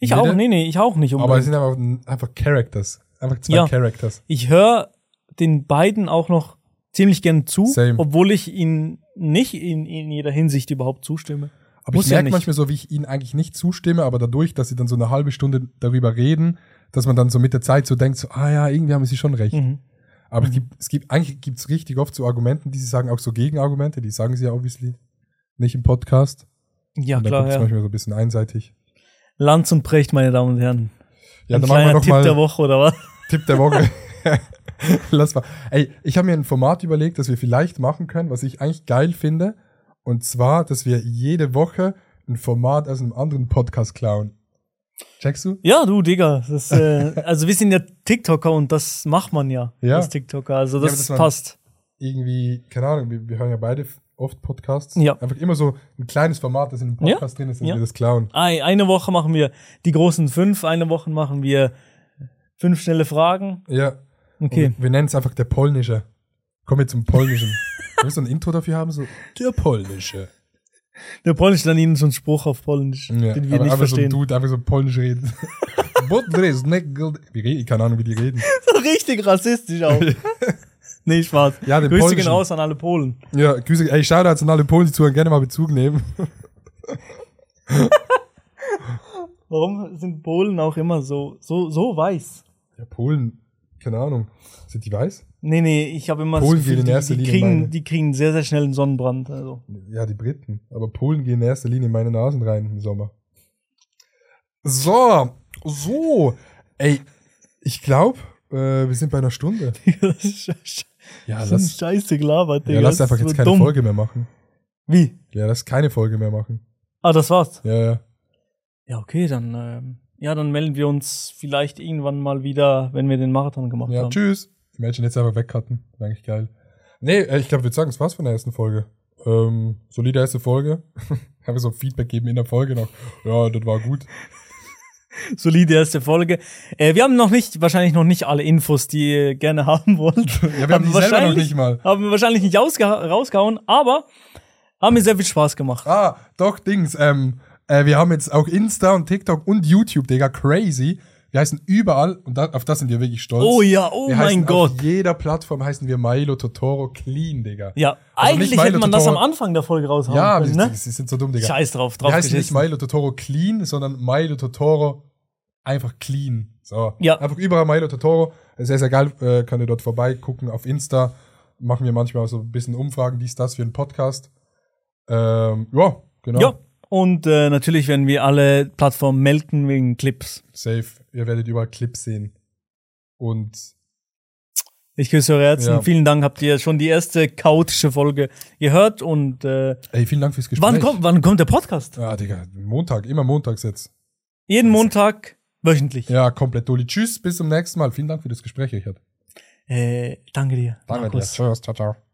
S2: Ich
S1: Jede-
S2: auch, nee, nee, ich auch nicht
S1: Aber es
S2: unbedingt.
S1: sind einfach, einfach Characters. Einfach zwei
S2: ne? Ja.
S1: Characters.
S2: Ich höre den beiden auch noch ziemlich gern zu,
S1: Same.
S2: obwohl ich ihnen nicht in, in jeder Hinsicht überhaupt zustimme.
S1: Aber
S2: Muss
S1: ich
S2: ja
S1: merke
S2: nicht.
S1: manchmal so, wie ich ihnen eigentlich nicht zustimme, aber dadurch, dass sie dann so eine halbe Stunde darüber reden, dass man dann so mit der Zeit so denkt, so, ah ja, irgendwie haben sie schon recht.
S2: Mhm.
S1: Aber es gibt, es gibt, eigentlich gibt's richtig oft so Argumenten, die sie sagen, auch so Gegenargumente, die sagen sie ja obviously nicht im Podcast.
S2: Ja,
S1: Und dann
S2: klar,
S1: kommt es
S2: ja.
S1: manchmal so ein bisschen einseitig.
S2: Lanz und Precht, meine Damen und Herren.
S1: Ja, dann machen
S2: Ein
S1: wir
S2: kleiner
S1: noch
S2: Tipp
S1: mal
S2: der Woche, oder was?
S1: Tipp der Woche. <laughs> Lass mal. Ey, ich habe mir ein Format überlegt, das wir vielleicht machen können, was ich eigentlich geil finde. Und zwar, dass wir jede Woche ein Format aus einem anderen Podcast klauen. Checkst du?
S2: Ja, du, Digga. Das, äh, also wir sind ja TikToker und das macht man ja,
S1: Ja.
S2: als TikToker. Also
S1: aber
S2: das,
S1: das war-
S2: passt.
S1: irgendwie, keine Ahnung, wir, wir hören ja beide oft Podcasts.
S2: Ja.
S1: Einfach immer so ein kleines Format, das in einem Podcast drin ist, dass
S2: Ja.
S1: wir das klauen.
S2: Ei- Eine Woche machen wir die großen fünf, eine Woche machen wir fünf schnelle Fragen.
S1: Ja. Und
S2: Okay.
S1: Wir, wir nennen es einfach der Polnische. Kommen wir zum
S2: <laughs>
S1: Polnischen. Willst du ein Intro dafür haben? So, der Polnische.
S2: Der Polnisch dann ihnen so einen Spruch auf Polnisch,
S1: Ja,
S2: den wir
S1: aber
S2: nicht
S1: einfach
S2: verstehen.
S1: so ein Dude, einfach so polnisch
S2: <laughs>
S1: reden. Budres, Neckel- Wir reden, keine Ahnung, wie die reden.
S2: Richtig rassistisch
S1: <laughs>
S2: auch. nee, Spaß.
S1: Ja, den
S2: Grüße gehen
S1: Polnischen.
S2: raus an alle Polen.
S1: Ja, Grüße, ey, Shoutouts an alle Polen, die zuhören, gerne mal Bezug nehmen.
S2: Warum sind Polen auch immer so, so, so weiß?
S1: Ja, Polen, keine Ahnung. Sind die weiß?
S2: Nee, nee, ich habe immer
S1: Polen
S2: das Gefühl,
S1: geht in erster
S2: die, die,
S1: Linie meine.
S2: kriegen, die kriegen sehr, sehr schnell einen Sonnenbrand. Also. <laughs>
S1: Ja, die Briten. Aber Polen gehen in erster Linie in meine Nasen rein im Sommer. So, so. Ey, ich glaube, äh, wir sind bei einer Stunde.
S2: das ist sch-
S1: <laughs> Ja,
S2: das ist scheiße gelabert,
S1: ja,
S2: Digga.
S1: lass
S2: Das
S1: einfach
S2: ist
S1: jetzt
S2: so
S1: keine
S2: dumm.
S1: Folge mehr machen.
S2: Wie?
S1: Ja, lass keine Folge mehr machen.
S2: Ah, das war's.
S1: Ja, ja.
S2: Ja, okay, dann, ähm, ja, dann melden wir uns vielleicht irgendwann mal wieder, wenn wir den Marathon gemacht
S1: Ja,
S2: haben.
S1: tschüss. Die Mädchen jetzt einfach wegcutten. Wär Eigentlich geil. Nee, äh, ich glaube, wir sagen, es war's von der ersten Folge. Ähm, solide erste Folge. <laughs> Haben wir so Feedback geben in der Folge noch. Ja, das war gut.
S2: Solide erste Folge. Äh, wir haben noch nicht, wahrscheinlich noch nicht alle Infos, die ihr gerne <laughs> haben wollt.
S1: Ja, wir haben die selber noch nicht mal.
S2: Haben wir wahrscheinlich nicht ausgeha- rausgehauen, aber haben mir sehr viel Spaß gemacht.
S1: Ah, doch, Dings. Ähm, äh, wir haben jetzt auch Insta und TikTok und YouTube, Digga, crazy. Wir heißen überall, und da, auf das sind wir wirklich stolz.
S2: Oh ja, oh
S1: wir
S2: mein
S1: heißen
S2: Gott.
S1: Auf jeder Plattform heißen wir Milo Totoro Clean, Digga.
S2: Ja,
S1: Also nicht
S2: eigentlich
S1: Milo
S2: hätte man das am
S1: Totoro-
S2: Anfang der Folge raushauen
S1: Ja,
S2: können,
S1: sie,
S2: ne?
S1: sie sind so dumm, Digga.
S2: Scheiß drauf, drauf
S1: Wir heißen nicht
S2: geschissen.
S1: Milo Totoro Clean, sondern Milo Totoro einfach clean. So.
S2: Ja.
S1: Einfach überall Milo Totoro. Sehr, sehr geil. Äh, könnt ihr dort vorbeigucken auf Insta. Machen wir manchmal so ein bisschen Umfragen, dies, das für einen Podcast. Ähm, ja, genau.
S2: Ja. Und äh, natürlich werden wir alle Plattformen melken wegen Clips.
S1: Safe. Ihr werdet überall Clips sehen. Und
S2: Ich küsse eure Herzen.
S1: Ja.
S2: Vielen Dank, habt ihr schon die erste chaotische Folge gehört. Und äh,
S1: ey, vielen Dank fürs Gespräch.
S2: wann, kommt, wann kommt der Podcast?
S1: Ah, Digga, Montag, immer montags jetzt.
S2: Jeden Montag Wöchentlich.
S1: Ja, komplett Doli. Tschüss, bis zum nächsten Mal. Vielen Dank für das Gespräch, Richard.
S2: Äh, danke dir.
S1: Danke dir.
S2: Markus.
S1: Tschüss, ciao, ciao.